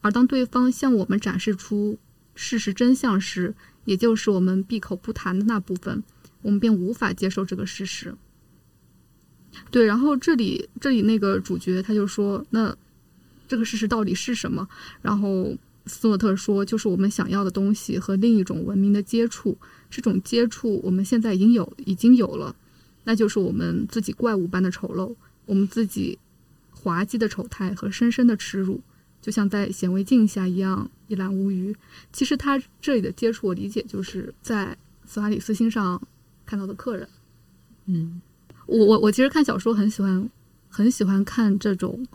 Speaker 1: 而当对方向我们展示出事实真相时，也就是我们闭口不谈的那部分，我们便无法接受这个事实。对，然后这里这里那个主角他就说，那这个事实到底是什么？然后斯诺特说，就是我们想要的东西和另一种文明的接触，这种接触我们现在已经有已经有了，那就是我们自己怪物般的丑陋，我们自己滑稽的丑态和深深的耻辱，就像在显微镜下一样一览无余。其实他这里的接触，我理解就是在索阿里斯星上看到的客人。
Speaker 2: 嗯，
Speaker 1: 我我我其实看小说很喜欢，很喜欢看这种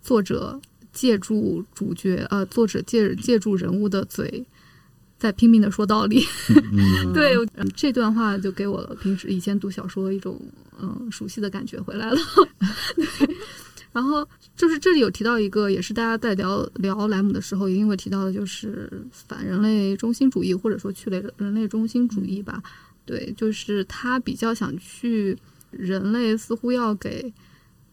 Speaker 1: 作者借助主角呃，作者借借助人物的嘴，在拼命的说道理。
Speaker 4: 嗯，
Speaker 1: 对我呃这段话就给我平时以前读小说一种嗯熟悉的感觉回来了。 对，然后就是这里有提到一个，也是大家在聊聊莱姆的时候，一定会提到的，就是反人类中心主义，或者说去类人类中心主义吧。对，就是他比较想去人类似乎要给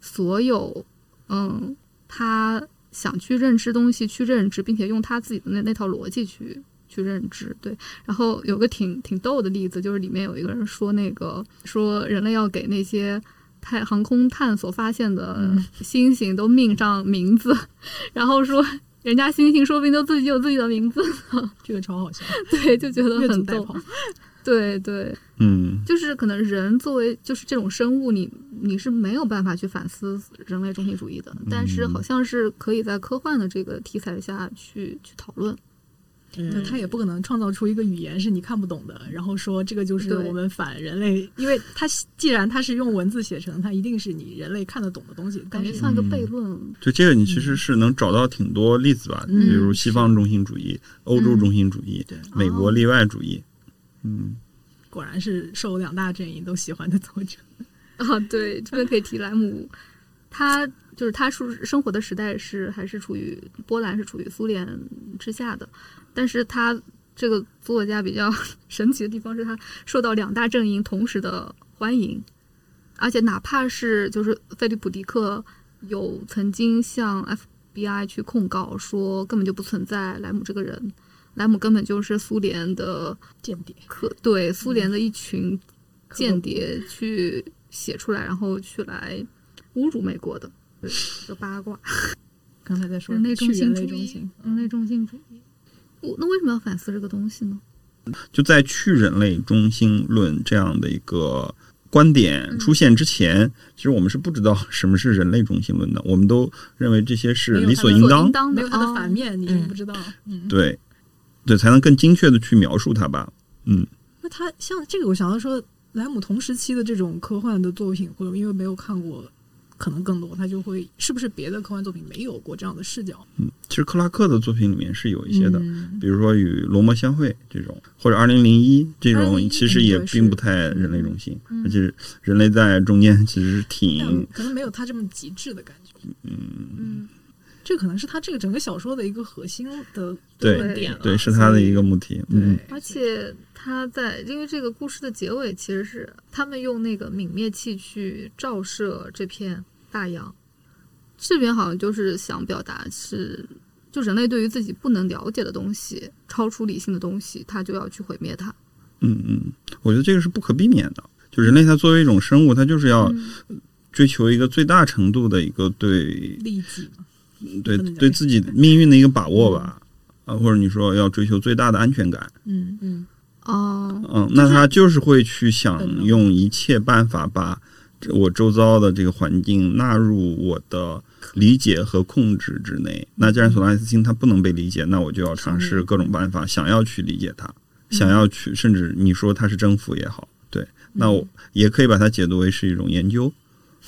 Speaker 1: 所有嗯他想去认知东西去认知，并且用他自己的那那套逻辑去去认知。对，然后有个挺挺逗的例子，就是里面有一个人说那个说人类要给那些太航空探索发现的
Speaker 3: 嗯
Speaker 1: 星星都命上名字，然后说人家星星说不定都自己有自己的名字，
Speaker 3: 这个超好笑，
Speaker 1: 对，就觉得
Speaker 3: 越俎
Speaker 1: 很
Speaker 3: 代
Speaker 1: 逗
Speaker 3: 庖。。
Speaker 1: 对对，
Speaker 4: 嗯，
Speaker 1: 就是可能人作为就是这种生物，你你是没有办法去反思人类中心主义的，
Speaker 3: 嗯
Speaker 1: 但是好像是可以在科幻的这个题材下去去讨论。
Speaker 2: 嗯
Speaker 3: 就他也不可能创造出一个语言是你看不懂的，然后说这个就是
Speaker 1: 对
Speaker 3: 我们反人类，因为他既然他是用文字写成，他一定是你人类看得懂的东西。
Speaker 1: 感
Speaker 3: 但
Speaker 1: 觉
Speaker 3: 是
Speaker 1: 像一个悖论，
Speaker 4: 就这个你其实是能找到挺多例子吧，
Speaker 3: 嗯
Speaker 4: 比如西方中心主义、欧洲中心主义、
Speaker 3: 对
Speaker 4: 美国
Speaker 1: 哦
Speaker 4: 例外主义。嗯，
Speaker 3: 果然是受两大阵营都喜欢的作者。
Speaker 1: 啊，对，这边可以提莱姆，他就是他出生活的时代是还是处于波兰是处于苏联之下的，但是他这个作家比较 神奇的地方是他受到两大阵营同时的欢迎，而且哪怕是就是菲利普迪克有曾经向 FBI 去控告说根本就不存在莱姆这个人，莱姆根本就是苏联的
Speaker 3: 间谍，
Speaker 1: 可对苏
Speaker 3: 嗯
Speaker 1: 联的一群间谍去写出来，然后去来侮辱美国的，对，就八卦，
Speaker 3: 刚才在说
Speaker 1: 人类
Speaker 3: 去
Speaker 1: 中心
Speaker 3: 人
Speaker 1: 主
Speaker 3: 类
Speaker 1: 义
Speaker 3: 中心，
Speaker 1: 人类中心主义。我那为什么要反思这个东西呢？
Speaker 4: 就在去人类中心论这样的一个观
Speaker 3: 嗯
Speaker 4: 点出现之前，其实我们是不知道什么是人类中心论的，我们都认为这些是
Speaker 3: 没有
Speaker 4: 理所应
Speaker 1: 理所
Speaker 4: 当
Speaker 1: 应。当
Speaker 3: 没
Speaker 1: 的
Speaker 3: 有它的反
Speaker 1: 哦
Speaker 3: 嗯面，你就不知道。嗯，
Speaker 4: 对，对，才能更精确的去描述它吧。嗯，
Speaker 3: 那他像这个，我想要说，莱姆同时期的这种科幻的作品，或者因为没有看过，可能更多，他就会是不是别的科幻作品没有过这样的视角？
Speaker 4: 嗯，其实克拉克的作品里面是有一些的，
Speaker 3: 嗯
Speaker 4: 比如说与龙魔相会这种，或者二零零一这种，
Speaker 3: 2001
Speaker 4: 其实也
Speaker 3: 嗯对
Speaker 4: 并
Speaker 3: 是
Speaker 4: 不太人类中心，
Speaker 3: 嗯
Speaker 4: 而且人类在中间其实是
Speaker 3: 但
Speaker 4: 挺
Speaker 3: 可能没有他这么极致的感觉。
Speaker 4: 嗯，
Speaker 3: 嗯，这可能是他这个整个小说的一个核心的
Speaker 4: 对
Speaker 3: 论点了
Speaker 4: 对，是他的一个母题，
Speaker 3: 对
Speaker 4: 嗯，
Speaker 1: 而且他在因为这个故事的结尾其实是他们用那个泯灭器去照射这片大洋，这边好像就是想表达是，就人类对于自己不能了解的东西，超出理性的东西，他就要去毁灭它。
Speaker 4: 嗯嗯，我觉得这个是不可避免的。就人类，它作为一种生物，它就是要追求一个最大程度的一个对
Speaker 3: 利己嘛。
Speaker 4: 对
Speaker 3: 不能讲
Speaker 4: 对自己命运的一个把握吧，啊，或者你说要追求最大的安全感，
Speaker 3: 嗯
Speaker 2: 嗯，
Speaker 1: 哦、
Speaker 4: 嗯，那他就是会去想
Speaker 3: 嗯
Speaker 4: 用一切办法把这我周遭的这个环境纳入我的理解和控制之内。那既然索拉斯汀他不能被理解，那我就要尝
Speaker 3: 嗯
Speaker 4: 试各种办法，想要去理解他，想要去，甚至你说他是征服也好，对，那我也可以把它解读为是一种研究，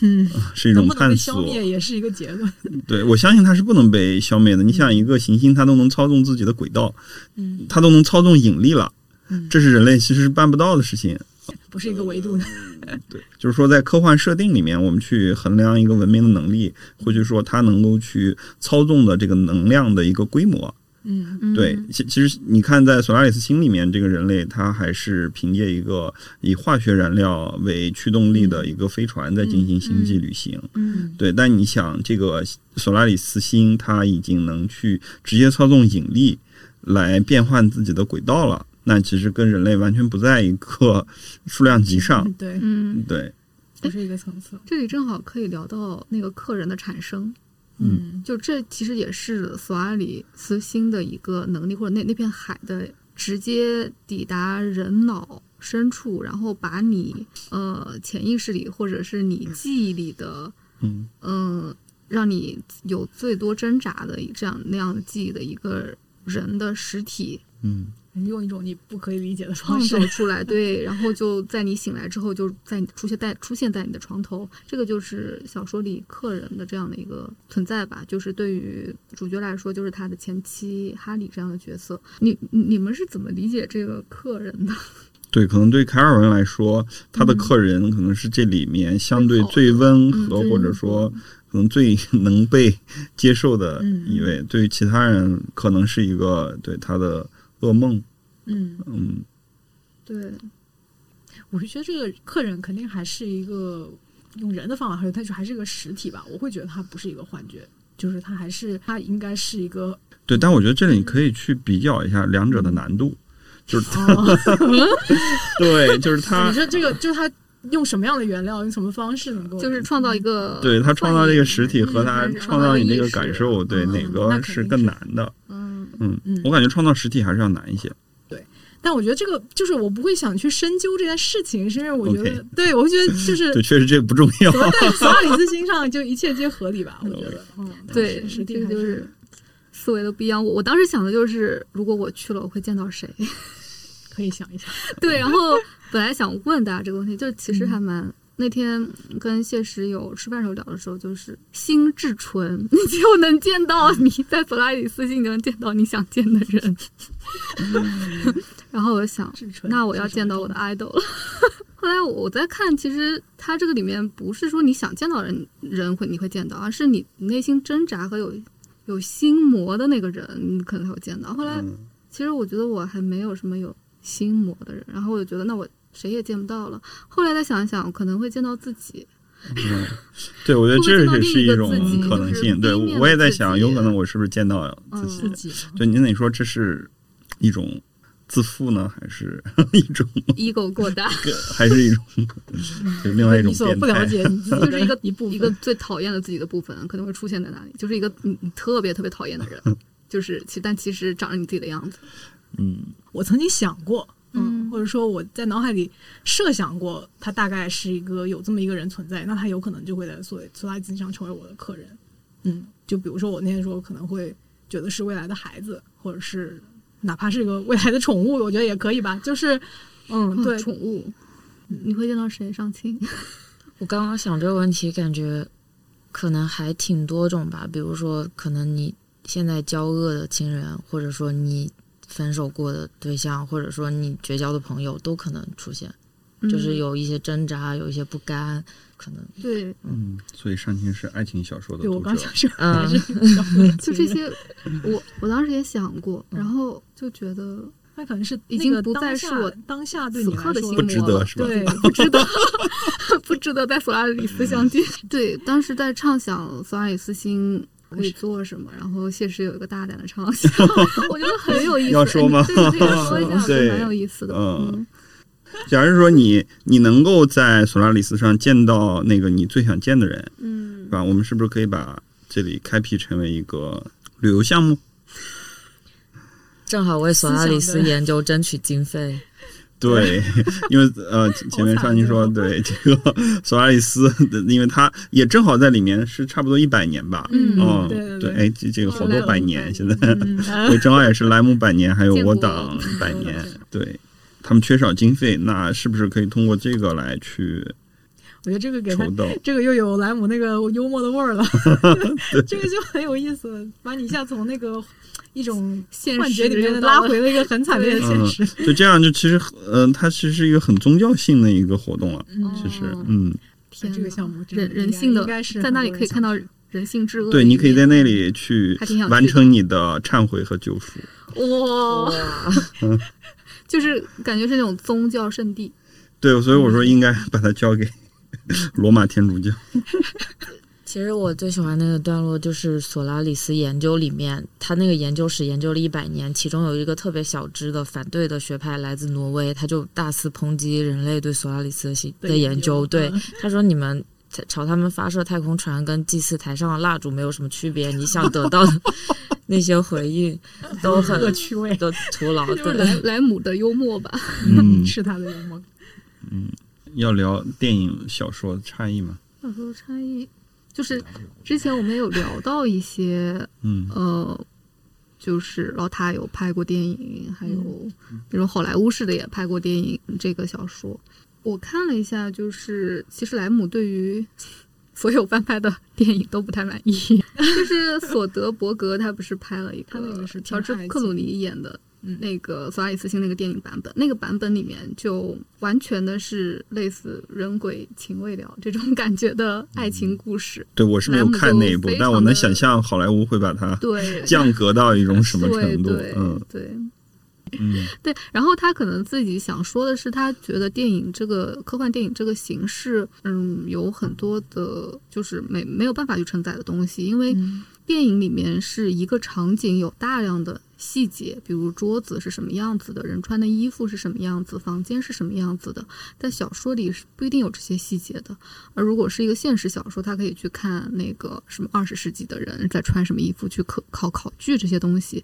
Speaker 3: 嗯，
Speaker 4: 是一
Speaker 3: 能
Speaker 4: 种
Speaker 3: 不能
Speaker 4: 探
Speaker 3: 被
Speaker 4: 索
Speaker 3: 消。灭也是一个结论。
Speaker 4: 对，我相信它是不能被消灭的。你
Speaker 3: 嗯
Speaker 4: 想，一个行星它都能操纵自己的轨道，
Speaker 2: 嗯，
Speaker 4: 它都能操纵引力了，
Speaker 3: 嗯，
Speaker 4: 这是人类其实是办不到的事情。
Speaker 3: 不是一个维度的。
Speaker 4: 对，就是说在科幻设定里面，我们去衡量一个文明的能力，或者说它能够去操纵的这个能量的一个规模。
Speaker 3: 嗯
Speaker 1: 嗯，
Speaker 4: 对，其其实你看，在《索拉里斯星》里面，这个人类他还是凭借一个以化学燃料为驱动力的一个飞船在进行星际旅行。
Speaker 1: 嗯，
Speaker 4: 对，但你想，这个索拉里斯星它已经能去直接操纵引力来变换自己的轨道了，那其实跟人类完全不在一个数量级上。
Speaker 3: 对，
Speaker 1: 嗯，
Speaker 4: 对，
Speaker 3: 不是一个层次。
Speaker 1: 这里正好可以聊到那个客人的产生，
Speaker 4: 嗯
Speaker 3: 嗯
Speaker 1: 就这其实也是索阿里斯星的一个能力，或者那那片海的直接抵达人脑深处，然后把你呃潜意识里或者是你记忆里的
Speaker 4: 嗯
Speaker 1: 嗯、呃让你有最多挣扎的这样那样的记忆的一个人的实体
Speaker 4: 嗯
Speaker 3: 用一种你不可以理解的方
Speaker 1: 创
Speaker 3: 式
Speaker 1: 造。出来，嗯对，然后就在你醒来之后，就在你出现在出现在你的床头，这个就是小说里客人的这样的一个存在吧。就是对于主角来说，就是他的前妻哈里这样的角色。你你你们是怎么理解这个客人的？
Speaker 4: 对，可能对凯尔文来说，他的
Speaker 1: 嗯
Speaker 4: 客人可能是这里面相
Speaker 1: 最
Speaker 4: 对
Speaker 1: 好的
Speaker 4: 最温
Speaker 1: 嗯
Speaker 4: 和，
Speaker 1: 最
Speaker 4: 或者
Speaker 1: 温
Speaker 4: 说可能最 能被接受的
Speaker 3: 嗯
Speaker 4: 一位。对于其他人，可能是一个对他的噩梦。
Speaker 3: 嗯，
Speaker 4: 嗯
Speaker 1: 对，
Speaker 3: 我是觉得这个客人肯定还是一个用人的方法，还是他就还是个实体吧。我会觉得他不是一个幻觉，就是他还是他应该是 一个
Speaker 4: 对，但我觉得这里可以去比较一下两者的难度，就是他，对，就是他
Speaker 3: 哦你，说这个就是他用什么样的原料，用什么方式能够
Speaker 1: 就是创造一个
Speaker 4: 嗯对他创造这个实体和
Speaker 1: 嗯
Speaker 4: 他
Speaker 1: 还是
Speaker 4: 创造你这个
Speaker 1: 意识
Speaker 4: 感受，对
Speaker 3: 嗯
Speaker 4: 哪
Speaker 3: 那
Speaker 4: 个
Speaker 3: 肯
Speaker 4: 是
Speaker 3: 定
Speaker 4: 更
Speaker 3: 是
Speaker 4: 难的？
Speaker 1: 嗯
Speaker 4: 嗯
Speaker 3: 嗯，
Speaker 4: 我感觉创造实体还是要难一些。
Speaker 3: 但我觉得这个就是我不会想去深究这件事情，是因为我觉得
Speaker 4: OK
Speaker 3: 对我会觉得就是
Speaker 4: 对，确实这不重要。
Speaker 3: 怎么在索瓦里斯星上就一切皆合理吧？我觉得，嗯，
Speaker 1: 对，
Speaker 3: 实
Speaker 1: 这
Speaker 3: 体
Speaker 1: 个
Speaker 3: 还
Speaker 1: 就是思维的不一样。我我当时想的就是，如果我去了，我会见到谁？
Speaker 3: 可以想一想，
Speaker 1: 对，然后本来想问大家这个问题，就是其实还蛮。那天跟谢石友吃饭时候聊的时候，就是心至纯， 你就能见到你在索拉里斯星就能见到你想见的人。然后我想，
Speaker 3: 至纯
Speaker 1: 那我要见到我的 idol 了。 后来我在看，其实它这个里面不是说你想见到人人会你会见到，而是你内心挣扎和有有心魔的那个人，你可能会见到。后来
Speaker 4: 嗯
Speaker 1: 其实我觉得我还没有什么有心魔的人，然后我就觉得那我谁也见不到了。后来再想一想，可能会见到自 己，
Speaker 4: 嗯， 对，我觉得
Speaker 1: 会不会见到
Speaker 4: 这也
Speaker 1: 另
Speaker 4: 是
Speaker 1: 一
Speaker 4: 一
Speaker 1: 个
Speaker 4: 种
Speaker 1: 自己
Speaker 4: 可
Speaker 1: 就
Speaker 4: 能
Speaker 1: 是
Speaker 4: 性。对，
Speaker 1: 冰
Speaker 4: 我
Speaker 1: 面
Speaker 4: 我也
Speaker 1: 的
Speaker 4: 在
Speaker 1: 自
Speaker 4: 想，
Speaker 1: 己啊
Speaker 4: 有可能我是不是见到了自
Speaker 1: 嗯
Speaker 4: 己？
Speaker 3: 自己嘛，
Speaker 4: 对，您得说这是一种自负呢，还 是一种
Speaker 1: ego 过大，
Speaker 4: 还是一种就另外一种
Speaker 3: 你所
Speaker 4: 变
Speaker 3: 不了
Speaker 4: 态？
Speaker 3: 解你自己，
Speaker 1: 就是一个
Speaker 3: 一部分
Speaker 1: 一个最讨厌的自己的部分，可能会出现在哪里？就是一个你你特别特别讨厌的 人，就是其但其实长着你自己的样子。
Speaker 4: 嗯
Speaker 3: 我曾经想过，
Speaker 1: 嗯
Speaker 3: 嗯，或者说我在脑海里设想过，他大概是一个有这么一个人存在，那他有可能就会在索索拉金上成为我的客人。嗯，就比如说我那天说，我可能会觉得是未来的孩子，或者是哪怕是个未来的宠物，我觉得也可以吧。就是，嗯，
Speaker 1: 啊
Speaker 3: 对，
Speaker 1: 宠物，你会见到谁上亲？
Speaker 2: 我刚刚想这个问题，感觉可能还挺多种吧。比如说，可能你现在交恶的亲人，或者说你分手过的对象，或者说你绝交的朋友，都可能出现，
Speaker 3: 嗯
Speaker 2: 就是有一些挣扎，有一些不甘，可能
Speaker 1: 嗯对，
Speaker 4: 嗯，所以上清是爱情小说的
Speaker 3: 对我
Speaker 4: 读
Speaker 3: 刚
Speaker 4: 者
Speaker 3: 想，说
Speaker 2: 嗯
Speaker 3: 还是 比较恶
Speaker 1: 就这
Speaker 3: 心的
Speaker 1: 些，
Speaker 3: 嗯
Speaker 1: 我我当时也想过，
Speaker 2: 嗯
Speaker 1: 然后就觉得
Speaker 3: 那可能是
Speaker 1: 已
Speaker 3: 那
Speaker 1: 经
Speaker 3: 个
Speaker 1: 不
Speaker 3: 当
Speaker 1: 再
Speaker 3: 下
Speaker 1: 是我
Speaker 3: 当下对
Speaker 1: 此
Speaker 3: 你来
Speaker 1: 刻的
Speaker 3: 说
Speaker 1: 心
Speaker 4: 不值
Speaker 1: 魔
Speaker 4: 得
Speaker 1: 了
Speaker 4: 是吧？
Speaker 3: 对
Speaker 1: 不值得， 不值得在索拉里斯相见。
Speaker 3: 嗯
Speaker 1: 对，当时在畅想索拉里斯星可以做什么，然后现实有一个大胆的畅 想，我觉得很有意思。
Speaker 4: 要说吗
Speaker 1: 哎你对， 可以说一下，
Speaker 4: 对
Speaker 1: 就蛮有意思的。
Speaker 4: 嗯
Speaker 1: 嗯，
Speaker 4: 假如说你你能够在索拉里斯上见到那个你最想见的人，
Speaker 1: 嗯
Speaker 4: 对，吧？我们是不是可以把这里开辟成为一个旅游项目？
Speaker 2: 正好为索拉里斯研究争取经费。
Speaker 4: 对，因为呃，前面上您说对这个索拉里斯的，因为它也正好在里面是差不多一百年吧，
Speaker 1: 嗯
Speaker 4: 嗯，
Speaker 3: 对对对
Speaker 4: 哎，这这个好多百年，现在
Speaker 3: 嗯 啊
Speaker 4: 对，正好也是莱姆百年，还有
Speaker 1: 建
Speaker 4: 我
Speaker 1: 国
Speaker 4: 党百
Speaker 1: 嗯
Speaker 4: 年，对他们缺少经费，那是不是可以通过这个来去
Speaker 3: 我觉得这个给他
Speaker 4: 筹到？
Speaker 3: 这个又有莱姆那个幽默的味儿 了，这个就很有意思，把你一下从那个一种
Speaker 1: 现
Speaker 3: 幻觉
Speaker 1: 实
Speaker 3: 里面
Speaker 1: 又到
Speaker 3: 拉
Speaker 1: 了
Speaker 3: 回了一个很惨烈的现
Speaker 4: 嗯
Speaker 3: 实。，
Speaker 4: 就这样，就其实，嗯、它其实是一个很宗教性的一个活动了。其实
Speaker 1: 哦，
Speaker 4: 嗯，
Speaker 1: 天
Speaker 3: 这个
Speaker 1: 哪
Speaker 3: 项目真
Speaker 1: 人
Speaker 3: 的
Speaker 1: 人
Speaker 3: 应该
Speaker 1: 性的
Speaker 3: 应该是
Speaker 1: 在
Speaker 3: 很
Speaker 1: 那
Speaker 3: 多
Speaker 1: 里
Speaker 3: 人
Speaker 1: 可以
Speaker 3: 想
Speaker 1: 看到
Speaker 3: 去
Speaker 1: 人性之恶的
Speaker 4: 对，
Speaker 1: 一面。
Speaker 4: 你可以在那里去
Speaker 1: 还挺想去
Speaker 4: 完成你的忏悔和救赎。
Speaker 1: 哇，
Speaker 2: 哇，
Speaker 1: 就是感觉是那种宗教圣地。
Speaker 4: 对，所以我说应该把它交给罗马天主教。
Speaker 2: 其实我最喜欢那个段落就是索拉里斯研究里面，他那个研究室研究了一百年，其中有一个特别小支的反对的学派来自挪威，他就大肆抨击人类对索拉里斯的行的研究。对，
Speaker 3: 嗯
Speaker 2: 他说你们朝朝他们发射太空船跟祭祀台上的蜡烛没有什么区别，你想得到 的那些回应都很
Speaker 3: 恶趣味，
Speaker 2: 都徒劳。
Speaker 1: 莱
Speaker 2: 对，
Speaker 1: 莱姆的幽默吧，
Speaker 4: 嗯，
Speaker 3: 是他的幽默。
Speaker 4: 要聊电影小说的差异吗？
Speaker 1: 小时候差异就是之前我们有聊到一些
Speaker 4: 嗯，
Speaker 1: 呃，就是老塔有拍过电影，还
Speaker 3: 嗯
Speaker 1: 有那种好莱坞式的也拍过电影。这个小说我看了一下，就是其实莱姆对于 所有翻拍的电影都不太满意。 就是索德伯格他不是拍了一
Speaker 3: 他那
Speaker 1: 个
Speaker 3: 个是
Speaker 1: 乔治
Speaker 3: 偏爱情
Speaker 1: 克鲁尼演的
Speaker 3: 嗯
Speaker 1: 那个《索拉里斯星》那个电影版本，那个版本里面就完全的是类似人鬼情未了这种感觉的爱情
Speaker 3: 嗯
Speaker 1: 故事。
Speaker 4: 对我是没有看那一部
Speaker 1: 莱姆就非，常
Speaker 4: 但我能
Speaker 1: 地
Speaker 4: 想象好莱坞会把它
Speaker 1: 对，
Speaker 4: 降格到一种什么程度。
Speaker 1: 对对
Speaker 4: 嗯
Speaker 1: 对
Speaker 4: 嗯
Speaker 1: 对，然后他可能自己想说的是，他觉得电影这个科幻电影这个形式，嗯，有很多的，就是没没有办法去承载的东西，因为
Speaker 3: 嗯
Speaker 1: 电影里面是一个场景有大量的细节，比如桌子是什么样子的，人穿的衣服是什么样子，房间是什么样子的，在小说里是不一定有这些细节的。而如果是一个现实小说，他可以去看那个什么二十世纪的人在穿什么衣服，去考考考据这些东西。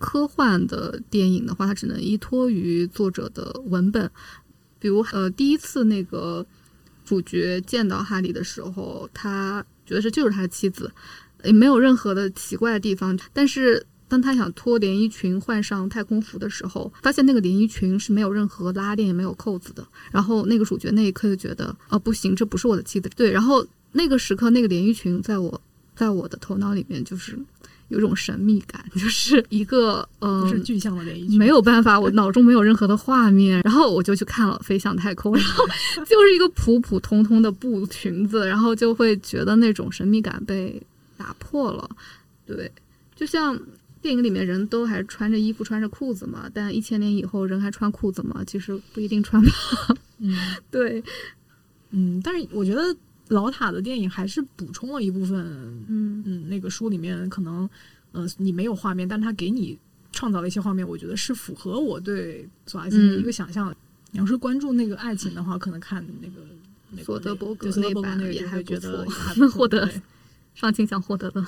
Speaker 1: 科幻的电影的话，它只能依托于作者的文本，比如呃，第一次那个主角见到哈利的时候，他觉得这就是他的妻子，也没有任何的奇怪的地方。但是当他想脱连衣裙换上太空服的时候，发现那个连衣裙是没有任何拉链也没有扣子的。然后那个主角那一刻就觉得啊、不行，这不是我的妻子。对，然后那个时刻那个连衣裙在我在我的头脑里面就是。有一种神秘感，就是一个嗯，
Speaker 3: 不是具象的连衣裙，
Speaker 1: 没有办法，我脑中没有任何的画面，然后我就去看了《飞向太空》，然后就是一个普普通通的布裙子，然后就会觉得那种神秘感被打破了。对，就像电影里面人都还穿着衣服、穿着裤子嘛，但一千年以后人还穿裤子吗？其实不一定穿吧。
Speaker 3: 嗯
Speaker 1: 对，
Speaker 3: 嗯，但是我觉得老塔的电影还是补充了一部分，
Speaker 1: 嗯
Speaker 3: 嗯，那个书里面可能，呃，你没有画面，但他给你创造了一些画面，我觉得是符合我对索爱金的
Speaker 1: 嗯
Speaker 3: 一个想象。你要是关注那个爱情的话，可能看那个。那个
Speaker 1: 索德伯格
Speaker 3: 对索德
Speaker 1: 那
Speaker 3: 伯格
Speaker 1: 版
Speaker 3: 那个
Speaker 1: 也
Speaker 3: 就
Speaker 1: 还
Speaker 3: 会
Speaker 1: 不
Speaker 3: 觉得
Speaker 1: 错
Speaker 3: 也 还不错
Speaker 1: 获得
Speaker 3: 对
Speaker 1: 上清想获得的，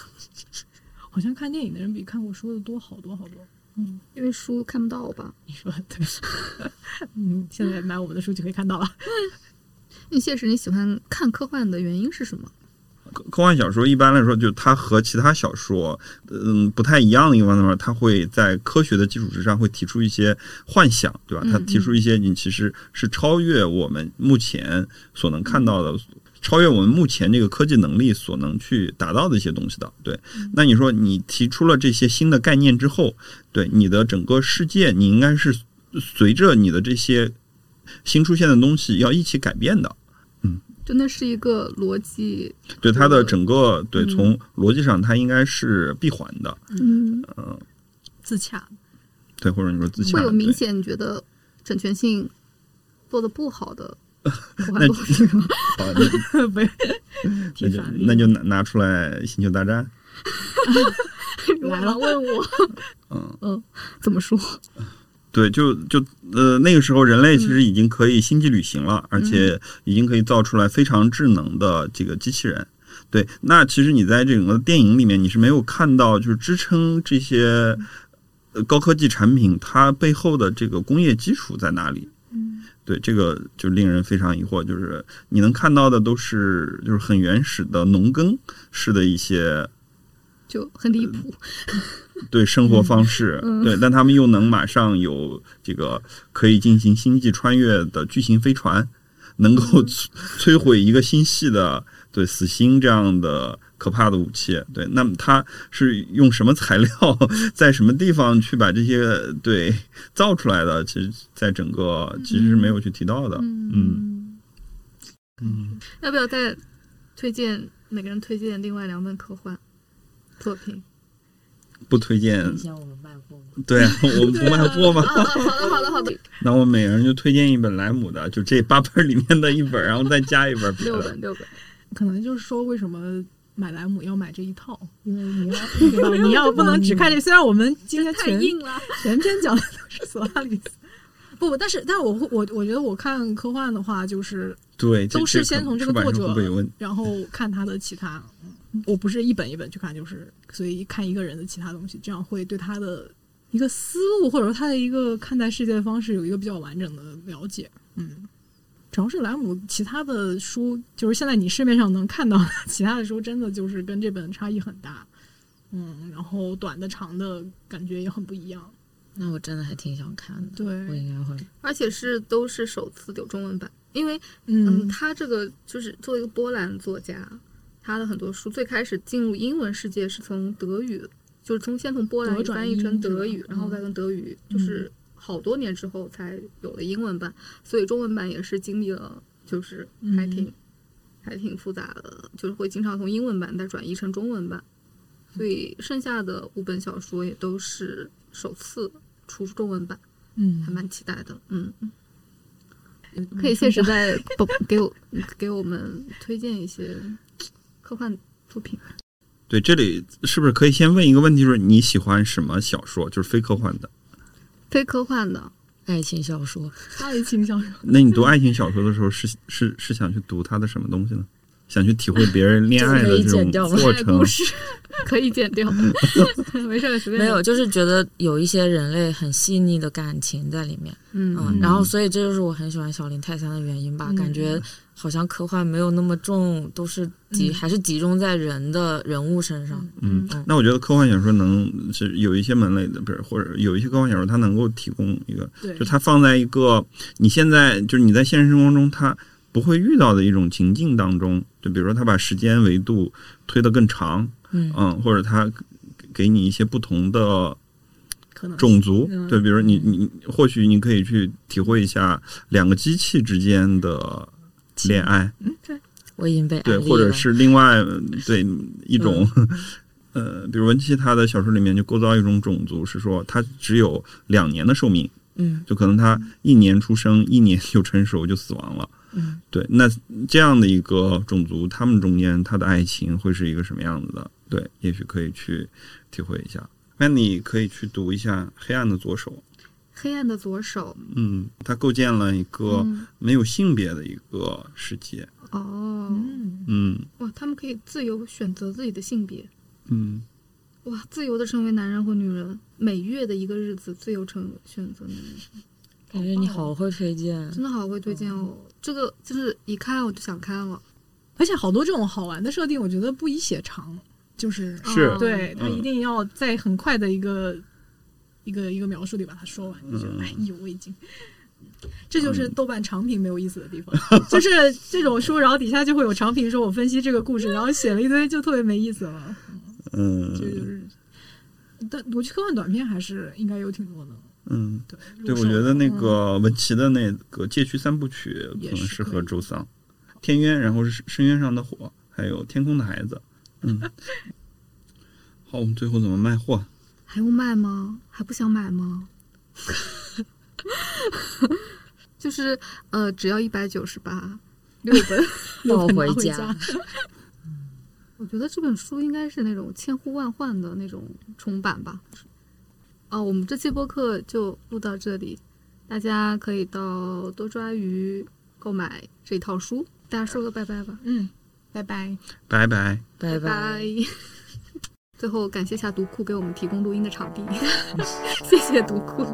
Speaker 3: 好像看电影的人比看过书的多好多好多。
Speaker 1: 因为书看不到吧？
Speaker 3: 你说对？ 嗯，现在买我们的书就可以看到了。
Speaker 1: 因为现实你喜欢看科幻的原因是什么？
Speaker 4: 科科幻小说一般来说，就它和其他小说，嗯，不太一样的一个方面，它会在科学的基础之上，会提出一些幻想，对吧？它提出一些你其实是超越我们目前所能看到的，超越我们目前这个科技能力所能去达到的一些东西的。对，那你说你提出了这些新的概念之后，对你的整个世界，你应该是随着你的这些新出现的东西要一起改变的。
Speaker 1: 真的是一个逻辑，
Speaker 4: 对它
Speaker 1: 嗯
Speaker 4: 的整个对从逻辑上，它应该是闭环的，
Speaker 1: 嗯，
Speaker 3: 自洽。
Speaker 4: 对，或者你说自洽
Speaker 1: 会有
Speaker 4: 对
Speaker 1: 明显你觉得整全性做的不好 的科幻
Speaker 4: 那
Speaker 1: 作品吗？
Speaker 4: 好那
Speaker 3: 不是，
Speaker 4: 嗯那
Speaker 3: 挺
Speaker 4: 就
Speaker 3: 反例
Speaker 4: 那就拿拿出来《星球大战》。
Speaker 1: 来了问 我，
Speaker 4: 嗯
Speaker 1: 嗯，怎么说？
Speaker 4: 对，就就呃，那个时候人类其实已经可以星际旅行了，而且已经可以造出来非常智能的这个机器人。对，那其实你在这个电影里面，你是没有看到就是支撑这些呃高科技产品它背后的这个工业基础在哪里。对，这个就令人非常疑惑，就是你能看到的都是就是很原始的农耕式的一些
Speaker 1: 就很离谱，
Speaker 4: 对生活方式，对，但他们又能马上有这个可以进行星际穿越的巨型飞船，能够摧摧毁一个星系的对死星这样的可怕的武器，对，那么它是用什么材料， 在什么地方去把这些对造出来的？其实，在整个其实是没有去提到的，嗯嗯，
Speaker 1: 要不要再推荐每个人推荐另外两本科幻作 品？
Speaker 4: 不推荐
Speaker 2: 以，前我们卖过吗？
Speaker 4: 对啊，我们不卖货 吗？
Speaker 1: 啊，好的，好的，好的，
Speaker 4: 那我每人就推荐一本莱姆的，就这八本里面的一本，然后再加一本别
Speaker 1: 六
Speaker 4: 的。
Speaker 1: 本，六本。
Speaker 3: 可能就是说，为什么买莱姆要买这一套？
Speaker 2: 因为你 要
Speaker 3: 对吧？你要不能只看这，虽然我们今天全
Speaker 1: 了，
Speaker 3: 全篇讲的都是索拉里斯，不，不但是但我会我我觉得我看科幻的话，就是
Speaker 4: 对，
Speaker 3: 都是先从这个作者
Speaker 4: 会问
Speaker 3: 然后看他的其他，嗯我不是一本一本去看，就是所以看一个人的其他东西，这样会对他的一个思路或者说他的一个看待世界的方式有一个比较完整的了解。嗯，主要是莱姆其他的书，就是现在你市面上能看到的其他的书，真的就是跟这本差异很大。嗯，然后短的长的感觉也很不一样。
Speaker 2: 那我真的还挺想看的，
Speaker 3: 对，
Speaker 2: 我应该会。
Speaker 1: 而且是都是首次有中文版，因为嗯，
Speaker 3: 嗯，
Speaker 1: 他这个就是作为一个波兰作家，他的很多书最开始进入英文世界是从德语，就是从先从波兰
Speaker 3: 德
Speaker 1: 语
Speaker 3: 转
Speaker 1: 翻译成
Speaker 3: 英是吧嗯
Speaker 1: 德语，然后再跟德语，就是好多年之后才有了英文版，所以中文版也是经历了，就是
Speaker 3: 嗯
Speaker 1: 还挺、还挺复杂的，就是会经常从英文版再转译成中文版，所以剩下的五本小说也都是首次出中文版，
Speaker 3: 嗯
Speaker 1: 还，蛮期待的，嗯。
Speaker 3: 嗯
Speaker 1: 可以限时再不给我给我们推荐一些科幻作品。
Speaker 4: 对，这里是不是可以先问一个问题，就是你喜欢什么小说，就是非科幻的？
Speaker 1: 非科幻的，
Speaker 2: 爱情小说，
Speaker 3: 爱情小说，
Speaker 4: 那你读爱情小说的时候是，是是想去读它的什么东西呢？想去体会别人恋爱的这种过程
Speaker 1: 故，事可以剪掉，没事儿随便。
Speaker 2: 没有，，就是觉得有一些人类很细腻的感情在里面，
Speaker 1: 嗯
Speaker 2: 嗯，然后所以这就是我很喜欢小林泰山的原因吧，
Speaker 3: 嗯
Speaker 2: 感觉好像科幻没有那么重，都是集、
Speaker 3: 嗯
Speaker 2: 还是集中在人的人物身上，
Speaker 4: 嗯，那我觉得科幻小说能是有一些门类的，不是或者有一些科幻小说，它能够提供一个，
Speaker 3: 对
Speaker 4: 就，它放在一个你现在就是你在现实生活中它不会遇到的一种情境当中，就比如说它把时间维度推得更长，
Speaker 2: 嗯
Speaker 4: 嗯，或者他给给你一些不同的
Speaker 3: 可能
Speaker 4: 种族
Speaker 3: 嗯，
Speaker 4: 对，比如你你或许你可以去体会一下两个机器之间的恋爱，
Speaker 2: 我已经被
Speaker 4: 对，
Speaker 2: 安利
Speaker 4: 或者
Speaker 2: 了
Speaker 4: 是另外对一种。 呃，比如文琪他的小说里面就构造一种种族，是说他只有两年的寿命，
Speaker 2: 嗯
Speaker 4: 就可能他一年出生，一年 就成熟就死亡了。
Speaker 2: 嗯，
Speaker 4: 对，那这样的一个种族，他们中间他的爱情会是一个什么样子的？对，也许可以去体会一下。那你可以去读一下《黑暗的左手》，
Speaker 1: 黑暗的左手，
Speaker 4: 嗯，它构建了一个
Speaker 1: 嗯，
Speaker 4: 没有性别的一个世界，
Speaker 1: 哦，
Speaker 3: 嗯，
Speaker 4: 嗯
Speaker 1: 哇，他们可以自由选择自己的性别，
Speaker 4: 嗯，
Speaker 1: 哇，自由的成为男人或女人，每月的一个日子自由成选择男人，
Speaker 2: 感觉你好会推荐，
Speaker 1: 真的好会推荐哦。这个就是一看我就想看了，
Speaker 3: 而且好多这种好玩的设定，我觉得不宜写长，就是
Speaker 5: 是
Speaker 1: 哦
Speaker 3: 对他
Speaker 4: 嗯
Speaker 3: 一定要在很快的一个、一个一个描述里把它说完，就觉得
Speaker 4: 嗯
Speaker 3: 哎意犹未尽。这就是豆瓣长评没有意思的地方， 就是这种书，然后底下就会有长评说我分析这个 故事，然后写了一堆，就特别没意思了。
Speaker 4: 嗯
Speaker 3: 这就是，但我觉得科幻短片还是应该有挺多的。
Speaker 4: 嗯，
Speaker 3: 对，
Speaker 4: 对，
Speaker 3: 入
Speaker 4: 我
Speaker 3: 手
Speaker 4: 觉得那
Speaker 3: 嗯
Speaker 4: 个文琪的那个《街区三部曲》
Speaker 3: 也
Speaker 4: 可能
Speaker 3: 是
Speaker 4: 适
Speaker 3: 可
Speaker 4: 合
Speaker 3: 以
Speaker 4: 周桑，《天渊》，然后是《深渊上的火》，还有《天空的孩子》。 嗯，好，我们最后怎么卖货？
Speaker 1: 还用卖吗？还不想买吗？ 就是呃，只要一百九十八，六本。
Speaker 2: 抱
Speaker 3: 拿
Speaker 2: 回
Speaker 3: 回
Speaker 2: 家。
Speaker 1: 我觉得这本书应该是那种千呼万唤的那种重版吧。哦，我们这期播客就录到这里，大家可以到多抓鱼购买这套书。大家说个拜拜吧，
Speaker 3: 嗯，拜拜。
Speaker 4: 拜拜。
Speaker 2: 拜
Speaker 1: 拜。 最后感谢一下读库给我们提供录音的场地，谢谢读库。